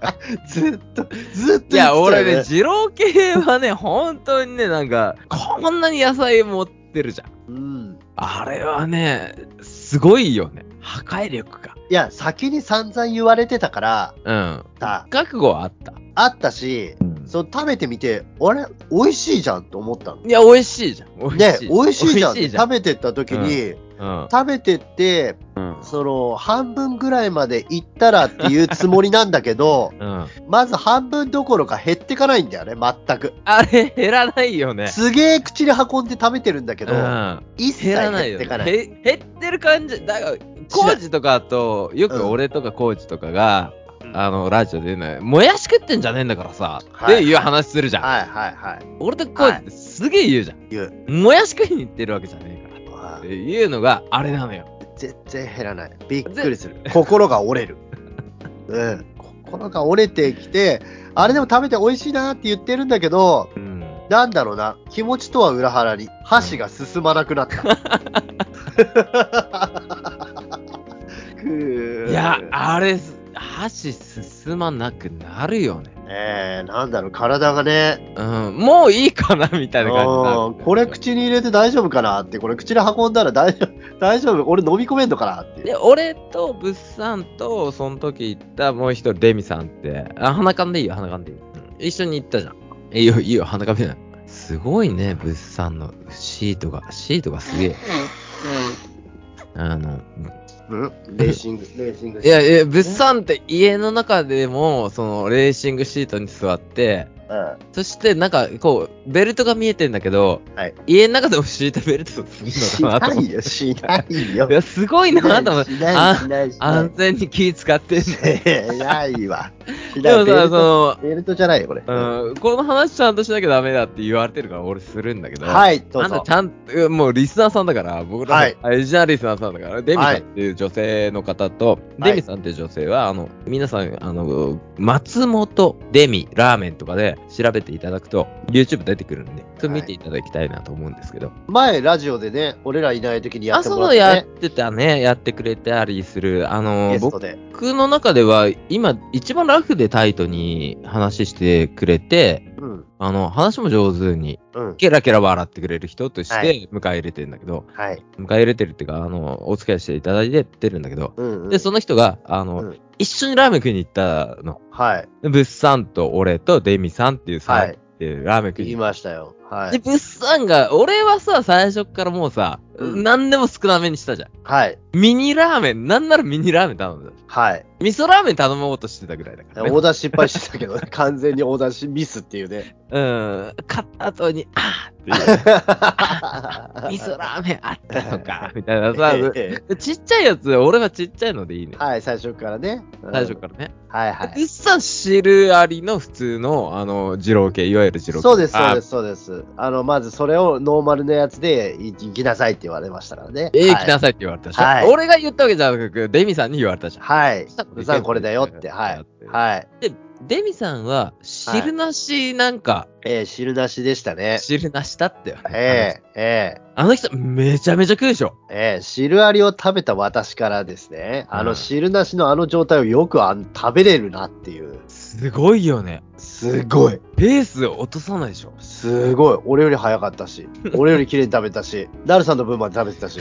Speaker 2: ずっと、ずっと言ってたよ、
Speaker 1: いや、
Speaker 2: ね。
Speaker 1: 俺ね、二郎系はね、本当にね、なんか、こんなに野菜持ってるじゃん。
Speaker 2: うん。
Speaker 1: あれはね、すごいよね。破壊力が。
Speaker 2: いや、先に散々言われてたから、
Speaker 1: うん。
Speaker 2: さ、
Speaker 1: 覚悟はあった。
Speaker 2: あったし、そう食べてみて、あれ美味しいじゃんと思ったの。
Speaker 1: いや、美味しいじゃん。美
Speaker 2: ね
Speaker 1: 味しい。、
Speaker 2: 美味しいじゃん。
Speaker 1: 美味しいじゃ
Speaker 2: 食
Speaker 1: ん。
Speaker 2: べてった時に、
Speaker 1: うん。
Speaker 2: 食べてって、
Speaker 1: うん。、
Speaker 2: その半分ぐらいまで行ったらっていうつもりなんだけど
Speaker 1: うん。
Speaker 2: まず半分どころか減ってかないんだよね、全く。
Speaker 1: あれ、減らないよね。
Speaker 2: すげえ口に運んで食べてるんだけど、
Speaker 1: うん。
Speaker 2: 一切
Speaker 1: 減らない
Speaker 2: 減
Speaker 1: よ、
Speaker 2: って
Speaker 1: ね
Speaker 2: かない。
Speaker 1: へ減ってる感じだからコーチとかとよく俺とかコーチとかが、
Speaker 2: うん
Speaker 1: あのラジオで言うのよもやし食ってんじゃねえんだからさ、
Speaker 2: はい
Speaker 1: っていう話するじゃん、
Speaker 2: はいはいはい。
Speaker 1: 俺とコーチってすげえ言うじゃん、
Speaker 2: 言
Speaker 1: もやし食いに行ってるわけじゃねえから
Speaker 2: あ
Speaker 1: っ
Speaker 2: あ
Speaker 1: ていうのがあれなのよ
Speaker 2: 全然減らない。びっくりする。心が折れる。うん。のが折れてきて、あれでも食べて美味しいなって言ってるんだけど、
Speaker 1: うん。
Speaker 2: なんだろうな、気持ちとは裏腹に箸が進まなくなった。くー
Speaker 1: いや、あれ、箸進まなくなるよね。
Speaker 2: えー、なんだろう、体がね、
Speaker 1: うん。もういいかなみたいな感じになる
Speaker 2: うんこれ口に入れて大丈夫かなって、これ口に運んだら大丈夫、 大丈夫、俺飲み込めんのかなっていう。
Speaker 1: で、俺とブッさんと、その時行ったもう一人、レミさんって、あ、鼻かんでいいよ、鼻かんでいいよ。うん一緒に行ったじゃん。いいよ、いいよ、鼻かんでない。すごいね、ブッさんのシートが、シートがす げえ。あの、
Speaker 2: うんレーシング、レーシング。
Speaker 1: いやいや、ブッさんって家の中でも、その、レーシングシートに座って、
Speaker 2: う
Speaker 1: そして、なんか、こう、ベルトが見えてんだけど、
Speaker 2: ん。はい。
Speaker 1: 家の中でもシートベルトする
Speaker 2: し
Speaker 1: のかな
Speaker 2: な
Speaker 1: と思っ
Speaker 2: い
Speaker 1: て。
Speaker 2: よ、しないよ
Speaker 1: い。や、す ごいなと思って。
Speaker 2: しない、
Speaker 1: あ
Speaker 2: しない、しない
Speaker 1: 安。全に気使ってんね
Speaker 2: しないわ。し
Speaker 1: で
Speaker 2: ない
Speaker 1: も
Speaker 2: ベ
Speaker 1: さ、そ
Speaker 2: ルト
Speaker 1: の、
Speaker 2: ベルトじゃないよ、これ。
Speaker 1: うん、この話ちゃんとしなきゃダメだって言われてるから俺するんだけど。い。
Speaker 2: はい、ど
Speaker 1: あ
Speaker 2: うん
Speaker 1: た
Speaker 2: ぞ
Speaker 1: ち。ゃんと、もうリスナーさんだから、僕らの、
Speaker 2: はい
Speaker 1: あリスナーリスナーさんだから、デミさん
Speaker 2: はい
Speaker 1: っていう女性の方と、
Speaker 2: はい
Speaker 1: デミさんっていう女性は、あの、皆さん、あの、松本デミラーメンとかで調べていただくと、YouTube 出てくるんで、それ見ていただきたいなと思うんですけど。
Speaker 2: 前、ラジオでね、俺らいない時にや
Speaker 1: あ、
Speaker 2: って
Speaker 1: そ
Speaker 2: もらっ、
Speaker 1: のやって
Speaker 2: ね、
Speaker 1: てたね、やってくれたりする、あの
Speaker 2: ゲ、ストで。
Speaker 1: 僕の中では、今、一番ラフでタイトに話してくれて、
Speaker 2: うん、
Speaker 1: あの、話も上手に、
Speaker 2: うん。
Speaker 1: ケラケラ笑ってくれる人とし
Speaker 2: は
Speaker 1: て迎え入れてるんだけど、
Speaker 2: はい。
Speaker 1: 迎え入れてるっていうか、あの、お付き合いしていただいてってるんだけど、
Speaker 2: うん、うん。
Speaker 1: で、その人が、あの、
Speaker 2: うん
Speaker 1: 一緒にラーメン食いに行ったの。
Speaker 2: はい。
Speaker 1: でブッさんと俺とデミさんっていうさ、
Speaker 2: はい。
Speaker 1: っていうラーメン食いに
Speaker 2: 言い
Speaker 1: 行っ
Speaker 2: ましたよ。
Speaker 1: た。
Speaker 2: は
Speaker 1: で、
Speaker 2: い。
Speaker 1: ブッさんが、俺はさ、最初っからもうさ、
Speaker 2: うん
Speaker 1: 何でも少なめにしたじゃん。
Speaker 2: はい。
Speaker 1: ミニラーメン、なんならミニラーメン頼んだ。
Speaker 2: はい。
Speaker 1: 味噌ラーメン頼もうとしてたぐらいだから、ね。
Speaker 2: オーダー失敗してたけどね、 完全にオーダーしミスっていう ね。
Speaker 1: うん。買った後に、あーっていう。 味噌ラーメンあったの か、みたいなさ、ちっちゃいやつ、俺はちっちゃいのでいいね。
Speaker 2: はい、最初からね。うん
Speaker 1: 最初からね。
Speaker 2: はいは
Speaker 1: う
Speaker 2: い。
Speaker 1: っさん汁ありの普通の、あの、二郎系、いわゆる二郎系。。
Speaker 2: そうです、そうですす、そうです。あの、まずそれをノーマルのやつでい行きなさいって言われましたからね。
Speaker 1: ええ、
Speaker 2: はい
Speaker 1: 来なさいって言われたでしょ、
Speaker 2: はい
Speaker 1: 俺が言ったわけじゃなく、デミさんに言われたじゃん。
Speaker 2: はい。
Speaker 1: さ
Speaker 2: ブさんこれだ よって、はい。はい。
Speaker 1: で、デミさんは、汁なしなんか、
Speaker 2: えー、汁なしでしたね。
Speaker 1: 汁なしだってよ。
Speaker 2: えー、え
Speaker 1: あの人、めちゃめちゃ食うでしょ。
Speaker 2: ー、えー、汁ありを食べた私からですね、あ
Speaker 1: うん
Speaker 2: の汁なしのあの状態をよくあん食べれるなっていう。
Speaker 1: すごいよね。
Speaker 2: すごい。
Speaker 1: ペースを落とさないでしょ。
Speaker 2: すごい。俺より早かったし、俺より綺麗に食べたし、 なるさんの分まで食 べてたし。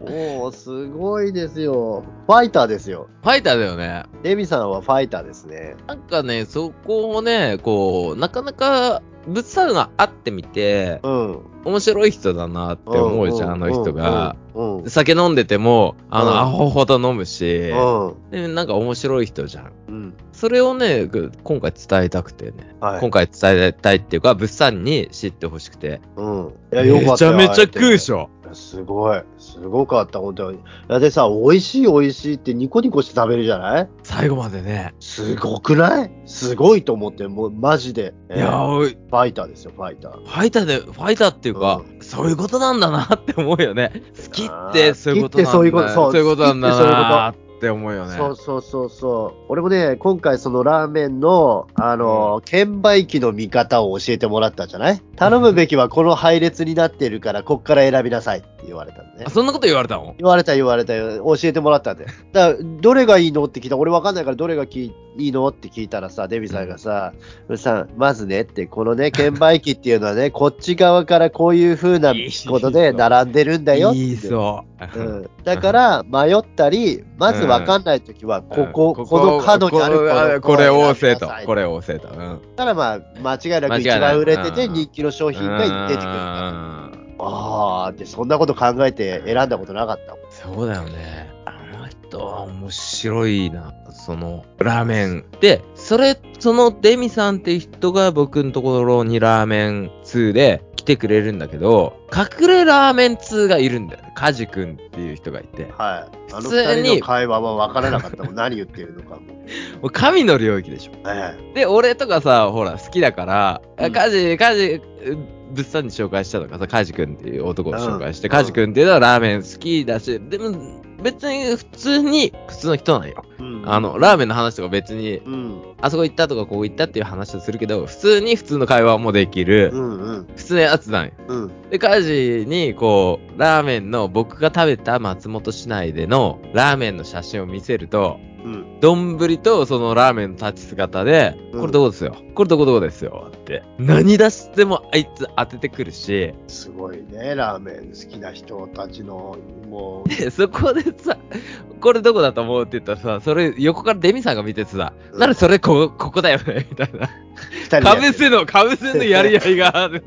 Speaker 2: もう、すごいですよ。ファイターですよ。
Speaker 1: ファイターだよね。
Speaker 2: デミさんはファイターですね。
Speaker 1: なんかね、そこをね、こう、なかなか、ぶつさんが会ってみて、
Speaker 2: うん。
Speaker 1: 面白い人だなって思うじゃん、あの人が。
Speaker 2: うん。うん。
Speaker 1: 酒飲んでても、あ
Speaker 2: うん
Speaker 1: の、アホほど飲むし、
Speaker 2: うん。
Speaker 1: で、なんか面白い人じゃん。
Speaker 2: うん。
Speaker 1: それをね、ぐ今回伝えたくてね。
Speaker 2: はい
Speaker 1: 今回伝えたいっていうか、物産に知ってほしくて。
Speaker 2: うん。いや、よか
Speaker 1: め
Speaker 2: っ
Speaker 1: ち
Speaker 2: た
Speaker 1: ゃ
Speaker 2: よ
Speaker 1: めちゃ食うでし
Speaker 2: ょ。
Speaker 1: ょ。
Speaker 2: すごい。すごかった、本当に。いや、でさ、美味しい美味しいってニコニコして食べるじゃない
Speaker 1: 最後までね。
Speaker 2: すごくないすごいと思って、もうマジで。えー
Speaker 1: いやおい、
Speaker 2: ファイターですよ、ファイター。
Speaker 1: ファイターで、ファイターっていうか、
Speaker 2: う
Speaker 1: そういうことなんだなって思うよね。好きってそういうことなんだ
Speaker 2: 好きってそういうことそう
Speaker 1: いうことなんだな
Speaker 2: 好
Speaker 1: って思うよね。
Speaker 2: そうそうそうそう。俺もね、今回そのラーメンの、あの、券売機の見方を教えてもらったじゃない頼むべきはこの配列になってるから、こっから選びなさいって言われたのね
Speaker 1: あ。そんなこと言われたの
Speaker 2: 言われた言われたよ教えてもらったんでだからどれがいいのって聞いた俺わかんないからどれがきいいのって聞いたらさデビさんがさ「うっさんまずね」ってこ のね券売機っていうのはねこっち側からこういう風ない
Speaker 1: い
Speaker 2: ことで並んでるんだよって
Speaker 1: いいそう。
Speaker 2: うん、だから迷ったりまずわかんない時はここ、この角にある
Speaker 1: ここあ
Speaker 2: の
Speaker 1: これを押せ
Speaker 2: こ
Speaker 1: と
Speaker 2: の。
Speaker 1: こ
Speaker 2: これ
Speaker 1: れを押せと。うん。
Speaker 2: だからまあ間違い
Speaker 1: 間
Speaker 2: なく
Speaker 1: 違い
Speaker 2: 一
Speaker 1: ない
Speaker 2: 番売れてて
Speaker 1: うん
Speaker 2: 人気の商品が出てくるから
Speaker 1: うん
Speaker 2: ああってそんなこと考えて選んだことなかった
Speaker 1: そうだよね。あの人は面白いな。その、ラーメン。で、それ、そのデミさんっていう人が僕のところにラーメン2で来てくれるんだけど、隠れラーメン2がいるんだよ。カジ君っていう人がいて。
Speaker 2: はい。あの
Speaker 1: 普通に
Speaker 2: 二人の会話は分からなかったもん。何言ってるのかも。
Speaker 1: もう神の領域でしょ。
Speaker 2: え
Speaker 1: で、俺とかさ、ほら、好きだから、
Speaker 2: う
Speaker 1: あ
Speaker 2: ん
Speaker 1: カジ、カジ、物産に紹介したとかさ、カジ君っていう男を紹介して、
Speaker 2: うん
Speaker 1: カジ君っていうのはラーメン好きだし、でも、別に普通に、普通の人なんよ。
Speaker 2: うん
Speaker 1: あの、ラーメンの話とか別に、
Speaker 2: うん
Speaker 1: あそこ行ったとかここ行ったっていう話をするけど、普通に普通の会話もできる
Speaker 2: う、んうん
Speaker 1: 普通のやつなんよ。
Speaker 2: うん
Speaker 1: で、カジに、こう、ラーメンの、僕が食べた松本市内でのラーメンの写真を見せると、
Speaker 2: うん
Speaker 1: 丼とそのラーメンの立ち姿で、
Speaker 2: うん
Speaker 1: これどこですよ、これどこどこですよって、何出してもあいつ当ててくるし、
Speaker 2: すごいねラーメン好きな人たちのもう
Speaker 1: でそこでさ、これどこだと思うって言ったらさ、それ横からデミさんが見ててさ、
Speaker 2: うん
Speaker 1: ならそれこここだよねみたいな。
Speaker 2: 二人で
Speaker 1: か
Speaker 2: やって
Speaker 1: ぶ
Speaker 2: る
Speaker 1: せの、かぶせのやり合いがあ る。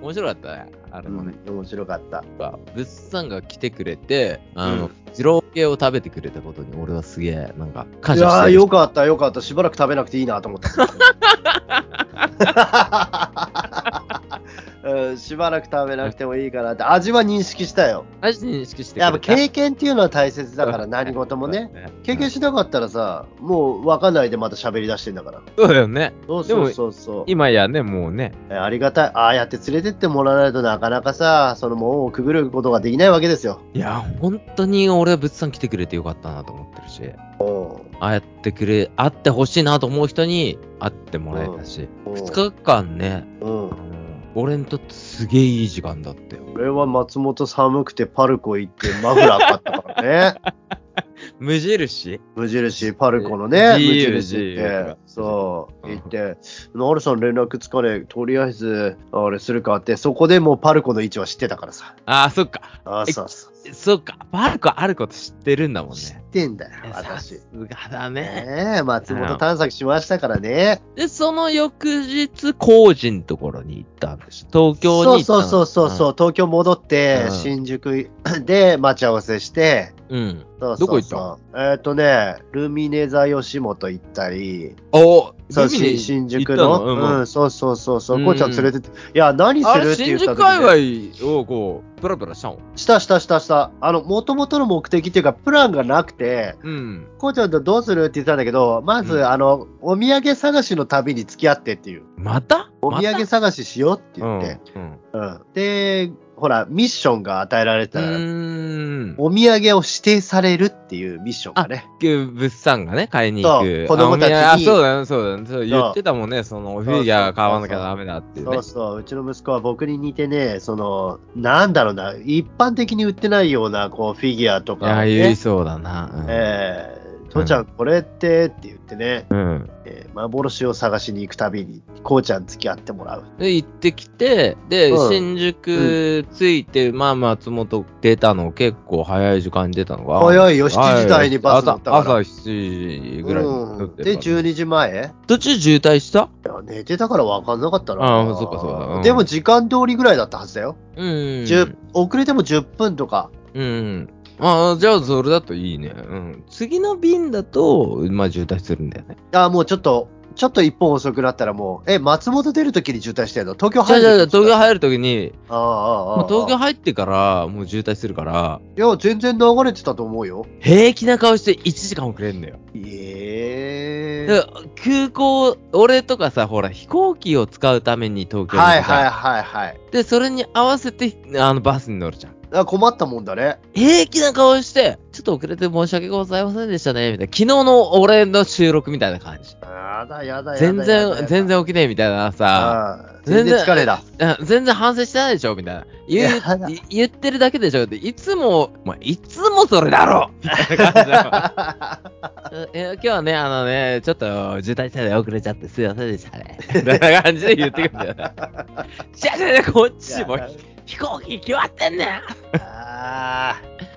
Speaker 1: 面白かったね、あれ
Speaker 2: う
Speaker 1: もね。
Speaker 2: ん面白かった
Speaker 1: か、物産が来てくれて、あの、
Speaker 2: うん
Speaker 1: 二郎系を食べてくれたことに、俺はすげえ、なんか、感
Speaker 2: い
Speaker 1: 謝し
Speaker 2: や
Speaker 1: て
Speaker 2: ー
Speaker 1: る。
Speaker 2: よかったよかったしばらく食べなくていいなと思った、うん、しばらく食べなくてもいいかなって味は認識したよ
Speaker 1: マジで認識してくれた
Speaker 2: やっぱ経験っていうのは大切だから何事もね。経験しなかったらさもう分かんないでまた喋り出してんだから
Speaker 1: そうだよね。
Speaker 2: そうそうそうそう
Speaker 1: 今やね、もうね。
Speaker 2: えありがたいああやって連れてってもらわないとなかなかさその門をくぐることができないわけですよ
Speaker 1: いや、本当に俺は物産来てくれてよかったなと思ってるし、ああやってくれ、会ってほしいなと思う人に会ってもらえたし、
Speaker 2: うん
Speaker 1: 2日間ね、
Speaker 2: うん
Speaker 1: あの俺にとってすげえいい時間だったよ。
Speaker 2: 俺は松本寒くてパルコ行ってマフラー買ったから ね
Speaker 1: 無印
Speaker 2: 無印パルコのね無
Speaker 1: GU
Speaker 2: 印行ってそう行ってナルさん連絡つかねえとりあえずあれするかってそこでもうパルコの位置は知ってたからさ
Speaker 1: ああ、そっか。
Speaker 2: ああそうそう
Speaker 1: そっか。パルコあること知ってるんだもん
Speaker 2: 知っ
Speaker 1: ね。
Speaker 2: てんだよ
Speaker 1: いやさ
Speaker 2: 私
Speaker 1: すがだね。
Speaker 2: ねえ、松本探索しましたからね。
Speaker 1: で、その翌日、工事のところに行ったんです。東京
Speaker 2: そう
Speaker 1: に行った
Speaker 2: そ
Speaker 1: の
Speaker 2: うそうそうそう、東京戻って
Speaker 1: う、ん
Speaker 2: 新宿 で待ち合わせして、
Speaker 1: うん。うん。
Speaker 2: そうそうそ
Speaker 1: どこ
Speaker 2: う
Speaker 1: 行
Speaker 2: ったえっ、とね、ルミネ座吉本行ったり、
Speaker 1: お
Speaker 2: そう
Speaker 1: ルミネ
Speaker 2: し新宿
Speaker 1: 行った
Speaker 2: の、
Speaker 1: のうん
Speaker 2: う、
Speaker 1: うんん
Speaker 2: そうそうそうそうう、
Speaker 1: ん
Speaker 2: こうちゃん連れてって、いや、何す
Speaker 1: あ
Speaker 2: る
Speaker 1: れ、
Speaker 2: って言
Speaker 1: 新
Speaker 2: った
Speaker 1: 宿
Speaker 2: 時に、ね、
Speaker 1: 界隈をこう、プラプラしたの
Speaker 2: したしたしたした、あの、もともとの目的っていうか、プランがなくて、
Speaker 1: うん。
Speaker 2: こうちゃんとどうするって言ってたんだけど、まず、
Speaker 1: うん
Speaker 2: あの、お土産探しの旅に付き合ってっていう、
Speaker 1: また
Speaker 2: お土産探ししようって言って、
Speaker 1: うんうん
Speaker 2: うんで、ほら、ミッションが与えられて
Speaker 1: う
Speaker 2: たから、
Speaker 1: ーん。
Speaker 2: お土産を指定されるっていうミッションがね。
Speaker 1: 物産がね、買いに行く。
Speaker 2: そう子供たちに
Speaker 1: あお土産あそうだね、そうだね。そう言ってたもんね、そのフィギュア買わなきゃダメだっていう
Speaker 2: そ
Speaker 1: ね
Speaker 2: う。そう、うちの息子は僕に似てね、その、なんだろうな、一般的に売ってないような、こう、フィギュアと
Speaker 1: いや、
Speaker 2: かをね、
Speaker 1: 言いそうだな。
Speaker 2: えー父ちゃん、これって、って言ってね、
Speaker 1: うん。うん
Speaker 2: えー幻を探しに行くたびに、こうちゃん付き合ってもらう。
Speaker 1: で、行ってきて、で、
Speaker 2: うん
Speaker 1: 新宿着いて、まあまあ、松本出たの、結構早い時間に出たのが。
Speaker 2: 早いよ7時台にバス乗ったから
Speaker 1: 朝朝7時ぐらいに乗
Speaker 2: う
Speaker 1: っ
Speaker 2: ん、
Speaker 1: て
Speaker 2: で、
Speaker 1: るから
Speaker 2: 12時前
Speaker 1: 途中渋滞した
Speaker 2: いや寝てたから分かんなかったな。
Speaker 1: あーそっかそっかうん
Speaker 2: でも時間通りぐらいだったはずだよ。
Speaker 1: うん。
Speaker 2: 10遅れても10分とか。
Speaker 1: うん。ああ、じゃあそれだといいね。うん。次の便だと、まあ渋滞するんだよね。
Speaker 2: あーもうちょっと、ちょっと一本遅くなったらもう、え、松本出るときに渋滞してんの東京
Speaker 1: じゃ
Speaker 2: 入
Speaker 1: あ
Speaker 2: る
Speaker 1: じゃあじゃあ
Speaker 2: 時に
Speaker 1: 東京入るときに、
Speaker 2: ああああああ
Speaker 1: もう東京入ってからもう渋滞するから、
Speaker 2: いや、全然流れてたと思うよ。
Speaker 1: 平気な顔して1時間遅れんだよ。
Speaker 2: え
Speaker 1: だから空港、俺とかさ、ほら、飛行機を使うために東京に
Speaker 2: はいはい
Speaker 1: い。
Speaker 2: はいはい。
Speaker 1: で、それに合わせて、あの、バスに乗るじゃん。
Speaker 2: あ困ったもんだね。
Speaker 1: 平気な顔して、ちょっと遅れて申し訳ございませんでしたね、みたいな。昨日の俺の収録みたいな感じ。
Speaker 2: やだやだやだ。
Speaker 1: 全
Speaker 2: やだや
Speaker 1: 然
Speaker 2: だ、
Speaker 1: 全。然起きねえみたいなさ。
Speaker 2: ああ全然疲れだ。
Speaker 1: あ 全然反省してないでしょみたいな。言
Speaker 2: いや
Speaker 1: うい言ってるだけでしょって、いつも、まあ、いつもそれだろみたいな感じ だ うんえ今日はね、あのね、ちょっと渋滞したで遅れちゃってすいませんでした ね。みたいな感じで言ってくるんだよな。じゃあね、こっちも
Speaker 2: いや
Speaker 1: 飛行機決まってんねん
Speaker 2: あ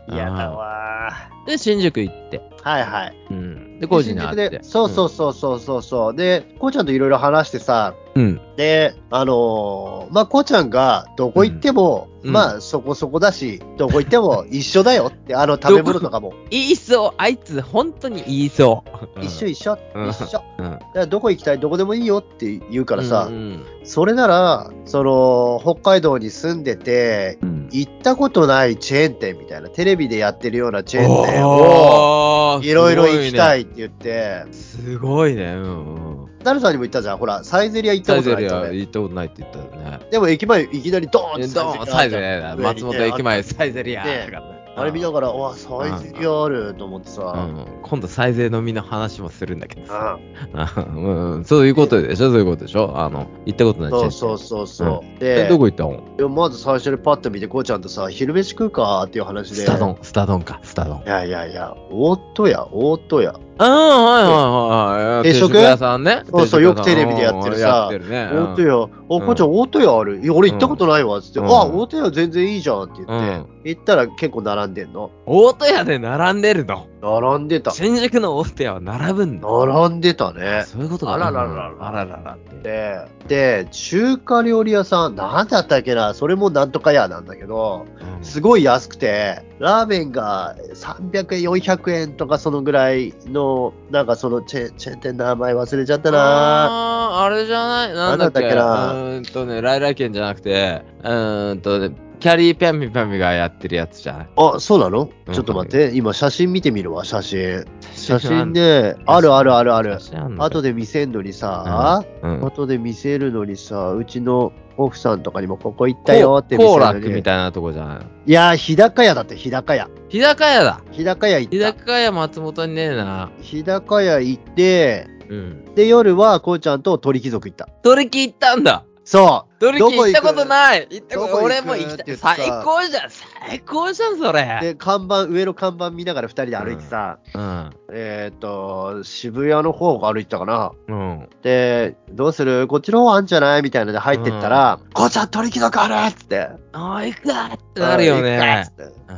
Speaker 2: あ、やだわー。
Speaker 1: で、新宿行って。
Speaker 2: はいはい。
Speaker 1: うん。で、工事に会って
Speaker 2: で。そうそうそうそうそうそう、でこうちゃんといろいろ話してさ
Speaker 1: うん。うん。
Speaker 2: であのーまあこうちゃんがどこ行っても、
Speaker 1: うん
Speaker 2: まあそこそこだしどこ行って も一緒だよってあの食べ物とかも
Speaker 1: 言いそう。あいつ、本当に言いそう。
Speaker 2: 一緒一緒、
Speaker 1: うん
Speaker 2: 一緒だか
Speaker 1: うん。
Speaker 2: らどこ行きたいどこでもいいよって言うからさ、
Speaker 1: うん
Speaker 2: それならその北海道に住んでて
Speaker 1: うん。
Speaker 2: 行ったことないチェーン店みたいなテレビでやってるようなチェーン店を
Speaker 1: おー
Speaker 2: いろいろ行きた
Speaker 1: い。
Speaker 2: いって言って、
Speaker 1: すごいね。うんうん。
Speaker 2: ダルさんにも言ったじゃんほらサイゼリア行った
Speaker 1: サ
Speaker 2: こ
Speaker 1: イゼ
Speaker 2: とない
Speaker 1: リ
Speaker 2: じゃ
Speaker 1: ア行ったことないって言ったよね。
Speaker 2: でも駅前いきなりドーンって
Speaker 1: ドンサイゼリアだ。松本駅前サイゼリア
Speaker 2: で
Speaker 1: だから。
Speaker 2: あれ見ながら、うわ、サイズがあると思って
Speaker 1: う
Speaker 2: さ。
Speaker 1: ん、今度再生のみの話もするんだけどさ、
Speaker 2: あ
Speaker 1: うんうん、そういうことでしょそういうことでしょあの行ったことない
Speaker 2: そう
Speaker 1: チェンジ
Speaker 2: そうそうそう。
Speaker 1: え
Speaker 2: で
Speaker 1: どこ行ったの
Speaker 2: まず最初にパッと見て、こうちゃんとさ、昼飯食うかっていう話 で。
Speaker 1: スタドンスタドンかスタドン
Speaker 2: いやいやいや、大戸屋、大戸屋。
Speaker 1: ああはいはいはいはい
Speaker 2: 定食
Speaker 1: 屋さんね
Speaker 2: そうそ
Speaker 1: 定食屋さ
Speaker 2: う
Speaker 1: ん
Speaker 2: よくテレビでやってるさ
Speaker 1: うんやってるね
Speaker 2: 大戸屋、お、こうちゃん大戸屋ある。いや、俺行ったことないわ。つって、
Speaker 1: うん
Speaker 2: あ、大戸屋全然いいじゃんって
Speaker 1: う
Speaker 2: 言って
Speaker 1: ん、
Speaker 2: 行ったら結構並んでんの。
Speaker 1: 大戸屋で並んでるの
Speaker 2: 並んでた。
Speaker 1: 新宿の大戸屋は並ぶんだ
Speaker 2: 並んでたね。
Speaker 1: そういうことか
Speaker 2: あらららら
Speaker 1: うんあらららって
Speaker 2: で、で、中華料理屋さん、なんだったっけな、それもなんとか屋なんだけど、
Speaker 1: うん
Speaker 2: すごい安くて、ラーメンが300円、400円とかそのぐらいの、なんかそのチェチェーン店の名前忘れちゃったな。
Speaker 1: あーあれじゃないなんだっけ
Speaker 2: なんだっけ
Speaker 1: うーんとね、ライライケンじゃなくて、うーんとね、キャリーピャンミピャンミがやってるやつじゃない
Speaker 2: あ、そうなの
Speaker 1: うん
Speaker 2: ちょっと待って、今写真見てみるわ、写真。写真
Speaker 1: で、
Speaker 2: ね、あるあるあるある。
Speaker 1: 写真あるの
Speaker 2: 後で見せんのにさ、
Speaker 1: うん
Speaker 2: 後で見せるのにさ、うちの奥さんとかにもここ行ったよって見せ
Speaker 1: コ
Speaker 2: る
Speaker 1: ーラ
Speaker 2: の
Speaker 1: ックみ
Speaker 2: に。
Speaker 1: たいなとこじゃないの
Speaker 2: いやー、日高屋だって、日高屋。
Speaker 1: 日高屋だ
Speaker 2: 日高屋行
Speaker 1: 日
Speaker 2: った。
Speaker 1: 高屋松本にねえな。
Speaker 2: 日高屋行って、
Speaker 1: うん。
Speaker 2: で、夜はこうちゃんと鳥貴族行った。
Speaker 1: 鳥木行ったんだ
Speaker 2: そ
Speaker 1: 鳥
Speaker 2: ど
Speaker 1: 木
Speaker 2: こ
Speaker 1: 行っ
Speaker 2: 行く
Speaker 1: たことない行ったこ
Speaker 2: ど
Speaker 1: と
Speaker 2: こ行く
Speaker 1: 俺も行き
Speaker 2: ったて言
Speaker 1: い。
Speaker 2: ってさ。
Speaker 1: 最高じゃん最高じゃんそうれ
Speaker 2: で、看板、上の看板見ながら2人で歩いてさ、
Speaker 1: うん。
Speaker 2: えっ、と、渋谷の方歩いてたかな。
Speaker 1: うん。
Speaker 2: で、どうするこっちの方あんじゃないみたいなので入ってったら、こうちゃん鳥貴族あるっつって。
Speaker 1: ああ、行くかってなるよね。
Speaker 2: うん行くかっつって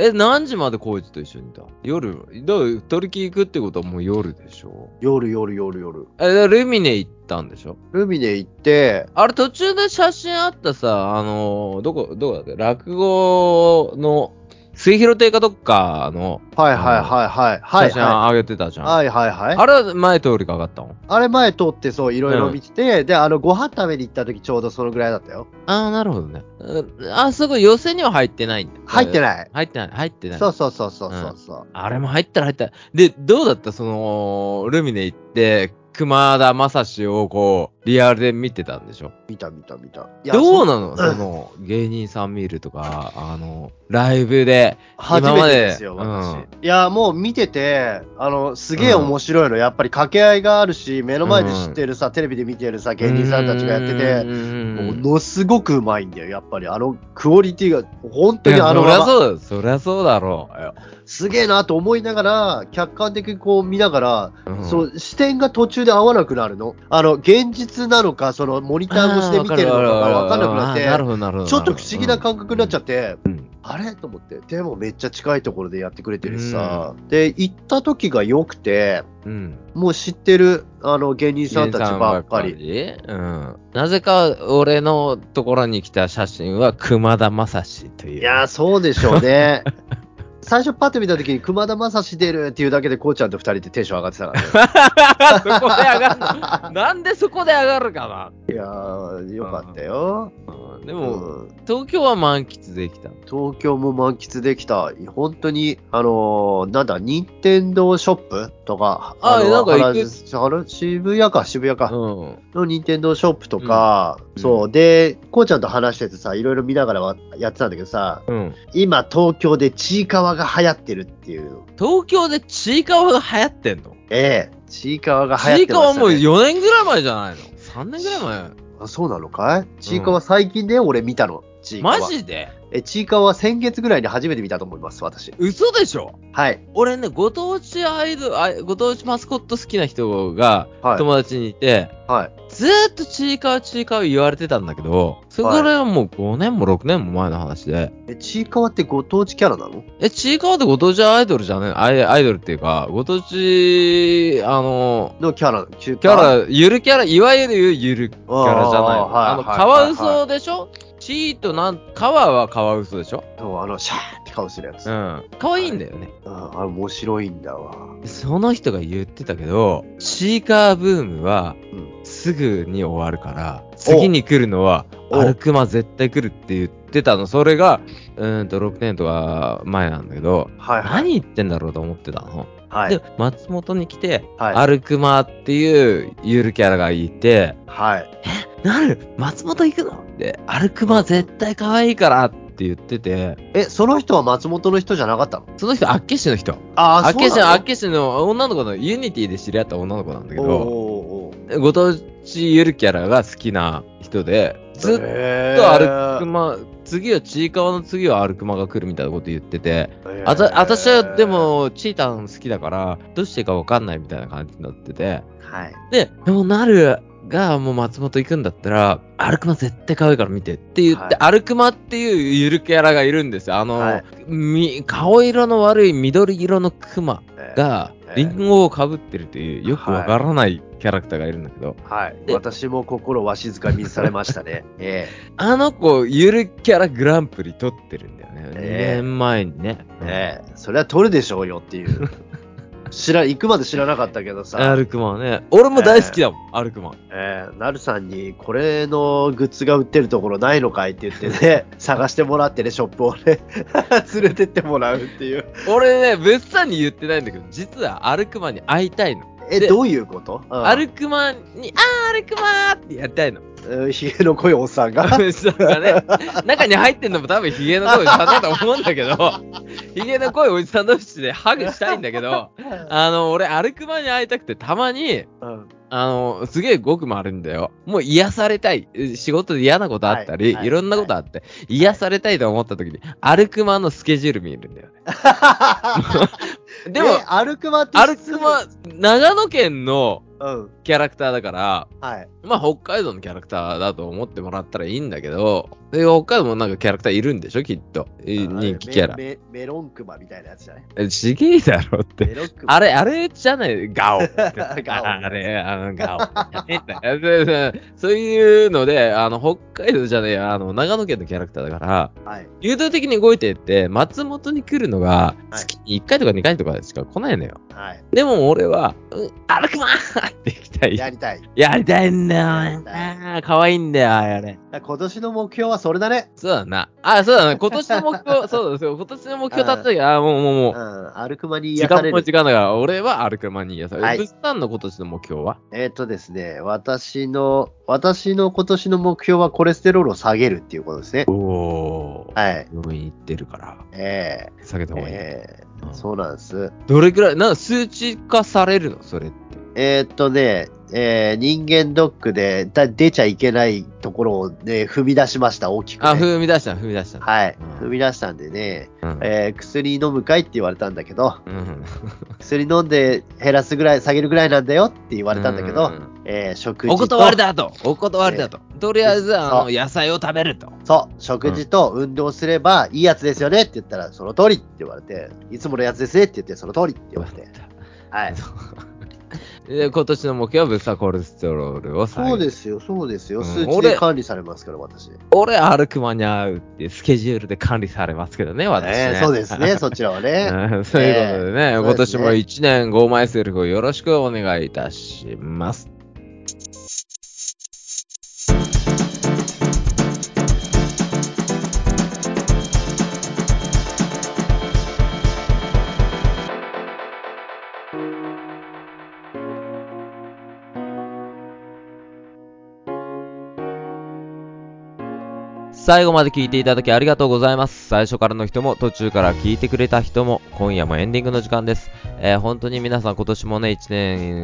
Speaker 1: え、何時までコーチと一緒にいた夜だから取り木行くってことはもう夜でしょ
Speaker 2: 夜、夜、夜、夜。
Speaker 1: え、ルミネ行ったんでしょ
Speaker 2: ルミネ行って、
Speaker 1: あれ途中で写真あったさ、あのーどこ、どこだっけ落語の、水広亭かどっかの
Speaker 2: はいはいはいはい。はい
Speaker 1: 写真
Speaker 2: は
Speaker 1: あげてたじ
Speaker 2: い。
Speaker 1: ゃん。
Speaker 2: はいはいはい。
Speaker 1: あれは前通りかかったの
Speaker 2: あれ前通ってそういろいろ見てて、であのご飯食べに行った時ちょうどそのぐらいだったよ
Speaker 1: ああ、なるほどね。うんあ、すごい、予選には入ってないんだ。
Speaker 2: 入って
Speaker 1: い。
Speaker 2: ない、
Speaker 1: 入ってない、入ってない。
Speaker 2: そうそうそうそうそうそう、
Speaker 1: あれも入ったら入ったら。で、どうだったその、ルミネ行って、熊田正史をこう、リアルで見てたんでしょ
Speaker 2: 見た見た見た
Speaker 1: どうな
Speaker 2: う
Speaker 1: の
Speaker 2: ん
Speaker 1: その、芸人さん見るとか、あの、ライブで。
Speaker 2: 初めてですよ
Speaker 1: 今まで
Speaker 2: 私、いやもう見ててあのすげえ面白いのやっぱり掛け合いがあるし目の前で知ってるさ、テレビで見てるさ芸人さんたちがやってても
Speaker 1: て、
Speaker 2: のすごくうまいんだよやっぱりあのクオリティが本当
Speaker 1: い
Speaker 2: に
Speaker 1: や
Speaker 2: あの
Speaker 1: そり
Speaker 2: ま
Speaker 1: ゃ
Speaker 2: ま
Speaker 1: そうだ、そりゃそうだろ
Speaker 2: すげえなと思いながら客観的にこう見ながら
Speaker 1: う。うん
Speaker 2: そう視点が途中で合わなくなるの。あの、現実なのか、そのモニター越しで見てるのかが分かんなくなっ
Speaker 1: あーる
Speaker 2: て、
Speaker 1: ほどなるほど
Speaker 2: ちょっと不思議な感覚になっちゃ
Speaker 1: っ
Speaker 2: って、
Speaker 1: て。うん
Speaker 2: あれと思って、でもめっちゃ近いところでやってくれてるしさ、で、行った時が良くて、
Speaker 1: うん。
Speaker 2: もう知ってるあの芸人さんたちばっかり。
Speaker 1: り。うん。なぜか、俺のところに来た写真は、熊田正史という。
Speaker 2: いやー、そうでしょうね。 最初パッと見た時に熊田正史出るっていうだけでこうちゃんと二人ってテンション上がってた からね。
Speaker 1: そこで上がる のなんでそこで上がるか
Speaker 2: いやー、よかったよ。
Speaker 1: な、うんで
Speaker 2: で
Speaker 1: も、東京は満喫できたの
Speaker 2: 東京も満喫できた。本当に、あのーなんだ、任天堂ショップとか、
Speaker 1: あ
Speaker 2: の
Speaker 1: なんか行く
Speaker 2: 原宿原渋谷か、渋谷か、
Speaker 1: うん
Speaker 2: の任天堂ショップとか、
Speaker 1: うん
Speaker 2: そう、で、こうちゃんと話しててさ、いろいろ見ながらはやってたんだけどさ、
Speaker 1: うん、
Speaker 2: 今、東京でちいかわが流行ってるっていう。
Speaker 1: 東京でちいかわが流行ってんの
Speaker 2: ええ、ちいかわが流行
Speaker 1: ち
Speaker 2: っ
Speaker 1: い
Speaker 2: て
Speaker 1: か
Speaker 2: ま
Speaker 1: わ
Speaker 2: した、
Speaker 1: もう
Speaker 2: ね。
Speaker 1: 4年ぐらい前じゃないの ?3 年ぐらい
Speaker 2: あそうなのかいちいかわ最近ね、俺見たの。ちいかわ
Speaker 1: 前。マジで
Speaker 2: え、ちいかわは先月ぐらいに初めて見たと思います、私。
Speaker 1: 嘘でしょ
Speaker 2: はい。
Speaker 1: 俺ね、ご当地アイドル、あご当地マスコット好きな人が
Speaker 2: はい。
Speaker 1: 友達にいて、
Speaker 2: はい。
Speaker 1: ずーっとちいかわちいかわ言われてたんだけど、それからもう5年も6年も前の話で、
Speaker 2: え、ちいかわってご当地キャラなの
Speaker 1: え、ちいかわってご当地アイドルじゃねアイアイドルっていうか、ご当地、あの、
Speaker 2: のキャラ、キ
Speaker 1: キャラ、ゆるキャラ、いわゆるゆるキャラじゃないの。あの、カワウ
Speaker 2: そ
Speaker 1: ソでしょチーとなん、カワはカワウソでしょ
Speaker 2: う、あの、シャーって顔するやつ。
Speaker 1: う
Speaker 2: うん、
Speaker 1: ん。可愛いんだよね。
Speaker 2: あれ面白いんだわ。
Speaker 1: その人が言ってたけど、チーカーブームは
Speaker 2: うん、
Speaker 1: すぐに終わるから、次に来るのは、
Speaker 2: お
Speaker 1: アルクマ絶対来るって言ってたの。それが、うーんと、6年とか前なんだけど、
Speaker 2: はいはい。
Speaker 1: 何言ってんだろうと思ってたの。
Speaker 2: はい。
Speaker 1: で、松本に来て、
Speaker 2: はい。
Speaker 1: アルクマっていうゆるキャラがいて、
Speaker 2: はい。
Speaker 1: なる松本行くのって、歩くま絶対可愛いからってって言ってて、
Speaker 2: え、その人は松本の人じゃなかったの
Speaker 1: その人、厚岸の人。
Speaker 2: あ
Speaker 1: 厚岸の、
Speaker 2: あ
Speaker 1: 厚岸の女の子の、ユニティで知り合った女の子なんだけ
Speaker 2: おー
Speaker 1: ど、
Speaker 2: おーおー
Speaker 1: ご当地ゆるキャラが好きな人で、ずっ
Speaker 2: へ
Speaker 1: と
Speaker 2: ー
Speaker 1: 歩くま、次はちいかわの次は歩くまが来るみたいなこと言ってて、
Speaker 2: へー
Speaker 1: あた、私はで、も、チータン好きだから、どうしていいかわかんないみたいな感じになってて、
Speaker 2: はい。
Speaker 1: で、でもなるがもう松本行くんだったら、アルクマ絶対可愛いから見てって言って、
Speaker 2: はい
Speaker 1: アルクマっていうゆるキャラがいるんですよ。あの、
Speaker 2: はい
Speaker 1: み顔色の悪い緑色のクマ
Speaker 2: えー
Speaker 1: が
Speaker 2: え、ー
Speaker 1: リンゴをかぶってるという、よくわからないキャラクターがいるんだけど、
Speaker 2: はい。
Speaker 1: で
Speaker 2: 私も心わしづかみにされまし たね。え
Speaker 1: あの子、ゆるキャラグランプリ取ってるんだよね。2
Speaker 2: えー
Speaker 1: 年前にね。
Speaker 2: えええそれは取るでしょうよっていう。知ら、行くまで知らなかったけど
Speaker 1: ア
Speaker 2: さ、
Speaker 1: ルクマはね、俺も大好きだもん、アルクマ。
Speaker 2: ええなるさんに、これのグッズが売ってるところないのかいって言っ てね、探してもらってね、ショップをね、 連れてってもらうっていう。
Speaker 1: 俺ね、物産に言ってないんだけど、実はアルクマに会いたいの。
Speaker 2: え、
Speaker 1: で
Speaker 2: どういうことうん
Speaker 1: アルクマに、あー、アルクマーってやりたい の。
Speaker 2: うんひげの濃いおっさんが。
Speaker 1: そうかね、中に入ってんのも多分ヒゲの濃いおじさんだと思うんだけ ど、ヒゲの濃いおじさん同士でハグしたいんだけ ど、あの、俺、アルクマに会いたくて、たまに、
Speaker 2: うん
Speaker 1: あの、すげえごくもあるんだよ。もう癒されたい。え仕事で嫌なことあったり、
Speaker 2: はいいはい
Speaker 1: ろんなことあって、癒されたいと思った時に、アルクマのスケジュール見るんだよね。でも
Speaker 2: え、歩くまって
Speaker 1: アルクマ、長野県の
Speaker 2: うん。
Speaker 1: キャラクターだから、
Speaker 2: はい。
Speaker 1: まあ、北海道のキャラクターだと思ってもらったらいいんだけど、で北海道もなんかキャラクターいるんでしょきっと。え人気キャラ。
Speaker 2: メメメロンクマみたいなやつじゃない
Speaker 1: えちげえだろって。
Speaker 2: メロンクマ。
Speaker 1: あれ、あれじゃない、ガオ。
Speaker 2: ガオ
Speaker 1: あれ、あの、ガオ。やめてそうそうそういうので、あの、北海道じゃねえ、あの、長野県のキャラクターだから、
Speaker 2: はい。
Speaker 1: 流動的に動いてって、松本に来るのが、月に1回とか2回とかしか来ないのよ。
Speaker 2: はい。
Speaker 1: でも俺は、うん、歩くまーって行きたい。
Speaker 2: やりたい。
Speaker 1: やりたいんだよね。
Speaker 2: や
Speaker 1: ああ、可愛いんだよ、あれ。
Speaker 2: 今年の目標はそれだね。
Speaker 1: そうだな。あ、そうだ な。今年の目標、そうだそう今年の目標立った時、あー、もう、もう、
Speaker 2: う
Speaker 1: もう。
Speaker 2: ん。歩くまに
Speaker 1: 時
Speaker 2: 癒さ
Speaker 1: 間
Speaker 2: れ
Speaker 1: も
Speaker 2: る。
Speaker 1: 時間だから、俺は歩く間に癒される。
Speaker 2: はい
Speaker 1: 物産の今年の目標は
Speaker 2: えっ、とですね、私の、私の今年の目標はコレステロールを下げるっていうことですね。
Speaker 1: おお。
Speaker 2: はい。
Speaker 1: 病院行ってるから、
Speaker 2: え
Speaker 1: 下げた
Speaker 2: ー
Speaker 1: 方がいい。
Speaker 2: え
Speaker 1: う
Speaker 2: ー
Speaker 1: ん
Speaker 2: そうなんです。
Speaker 1: どれくらい、なんか数値化されるのそれって。
Speaker 2: えーっとね、えー人間ドックでだ出ちゃいけないところをね、踏み出しました、大きく、ね。
Speaker 1: あ、踏み出した、踏み出した。
Speaker 2: はい、
Speaker 1: うん
Speaker 2: 踏み出したんでね、
Speaker 1: うん
Speaker 2: えー薬飲むかいって言われたんだけど、
Speaker 1: うん
Speaker 2: 薬飲んで減らすぐらい、下げるぐらいなんだよって言われたんだけ
Speaker 1: う
Speaker 2: ど、
Speaker 1: ん
Speaker 2: えー食事と
Speaker 1: お断りだと。お断りだと。とりあえず、あの、
Speaker 2: そ
Speaker 1: 野菜を食べると。
Speaker 2: そう、食事と運動すればいいやつですよねって言ったら、その通りって言われて、いつものやつですねって言って、その通りって言われて。はい、
Speaker 1: で今年の目標は物産コレステロールを下げる。
Speaker 2: そうですよ、そうですよ、
Speaker 1: うん
Speaker 2: 数値
Speaker 1: 俺
Speaker 2: で管理されますから、私。
Speaker 1: 俺、歩く間に合うっていうスケジュールで管理されますけどね、私ね。
Speaker 2: えーそうで すね、そちらはね。
Speaker 1: うんそういうことでね、
Speaker 2: えー
Speaker 1: 今年
Speaker 2: そ
Speaker 1: も
Speaker 2: う
Speaker 1: 1年5枚セルフをよろしくお願いいたします。最後まで聞いていただきありがとうございます。最初からの人も途中から聞いてくれた人も今夜もエンディングの時間です。えー本当に皆さん今年もね、1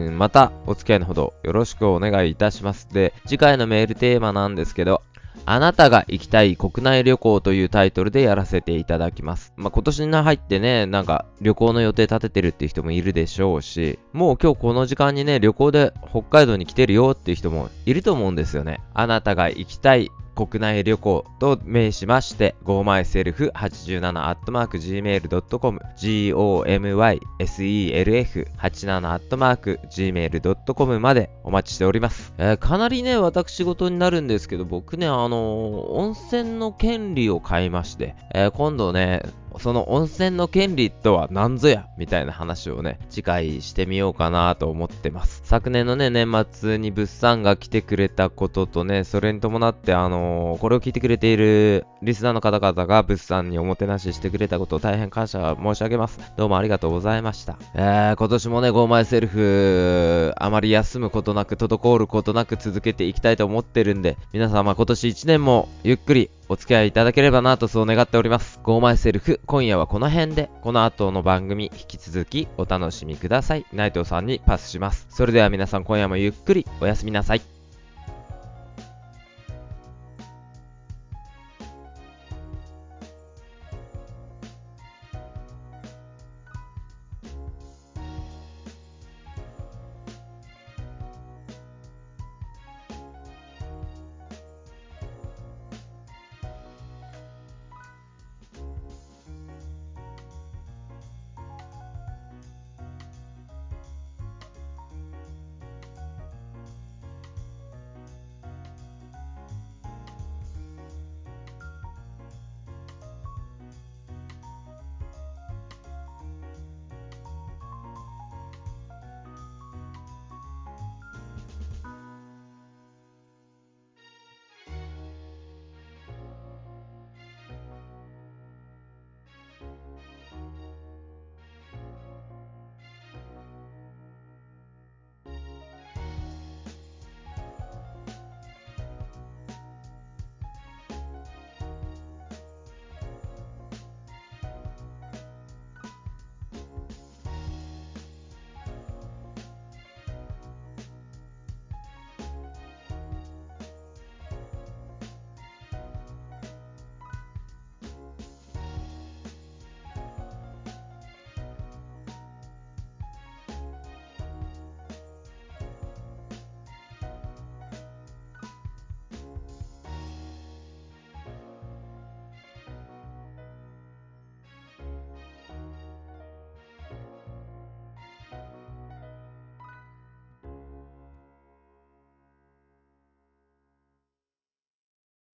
Speaker 1: 年またお付き合いのほどよろしくお願いいたします。で、次回のメールテーマなんですけど、あなたが行きたい国内旅行というタイトルでやらせていただきます。まあ、今年に入ってね、なんか旅行の予定立ててるっていう人もいるでしょうし、もう今日この時間にね、旅行で北海道に来てるよっていう人もいると思うんですよね。あなたが行きたい国内旅行と名しまして gomyself87-gmail.com gomyself87-gmail.com までお待ちしております、えーかなりね私事になるんですけど僕ねあのー温泉の権利を買いまして、えー今度ねその温泉の権利とは何ぞや、みたいな話をね、次回してみようかなと思ってます。昨年のね、年末に物産が来てくれたこととね、それに伴って、あのーこれを聞いてくれているリスナーの方々が物産におもてなししてくれたことを大変感謝申し上げます。どうもありがとうございました。えー、今年もね、ゴーマイセルフ、あまり休むことなく、滞ることなく続けていきたいと思ってるんで、皆様今年1年もゆっくりお付き合いいただければなとそう願っております。ゴーマイセルフ、今夜はこの辺で、この後の番組、引き続きお楽しみください。内藤さんにパスします。それでは皆さん今夜もゆっくりおやすみなさい。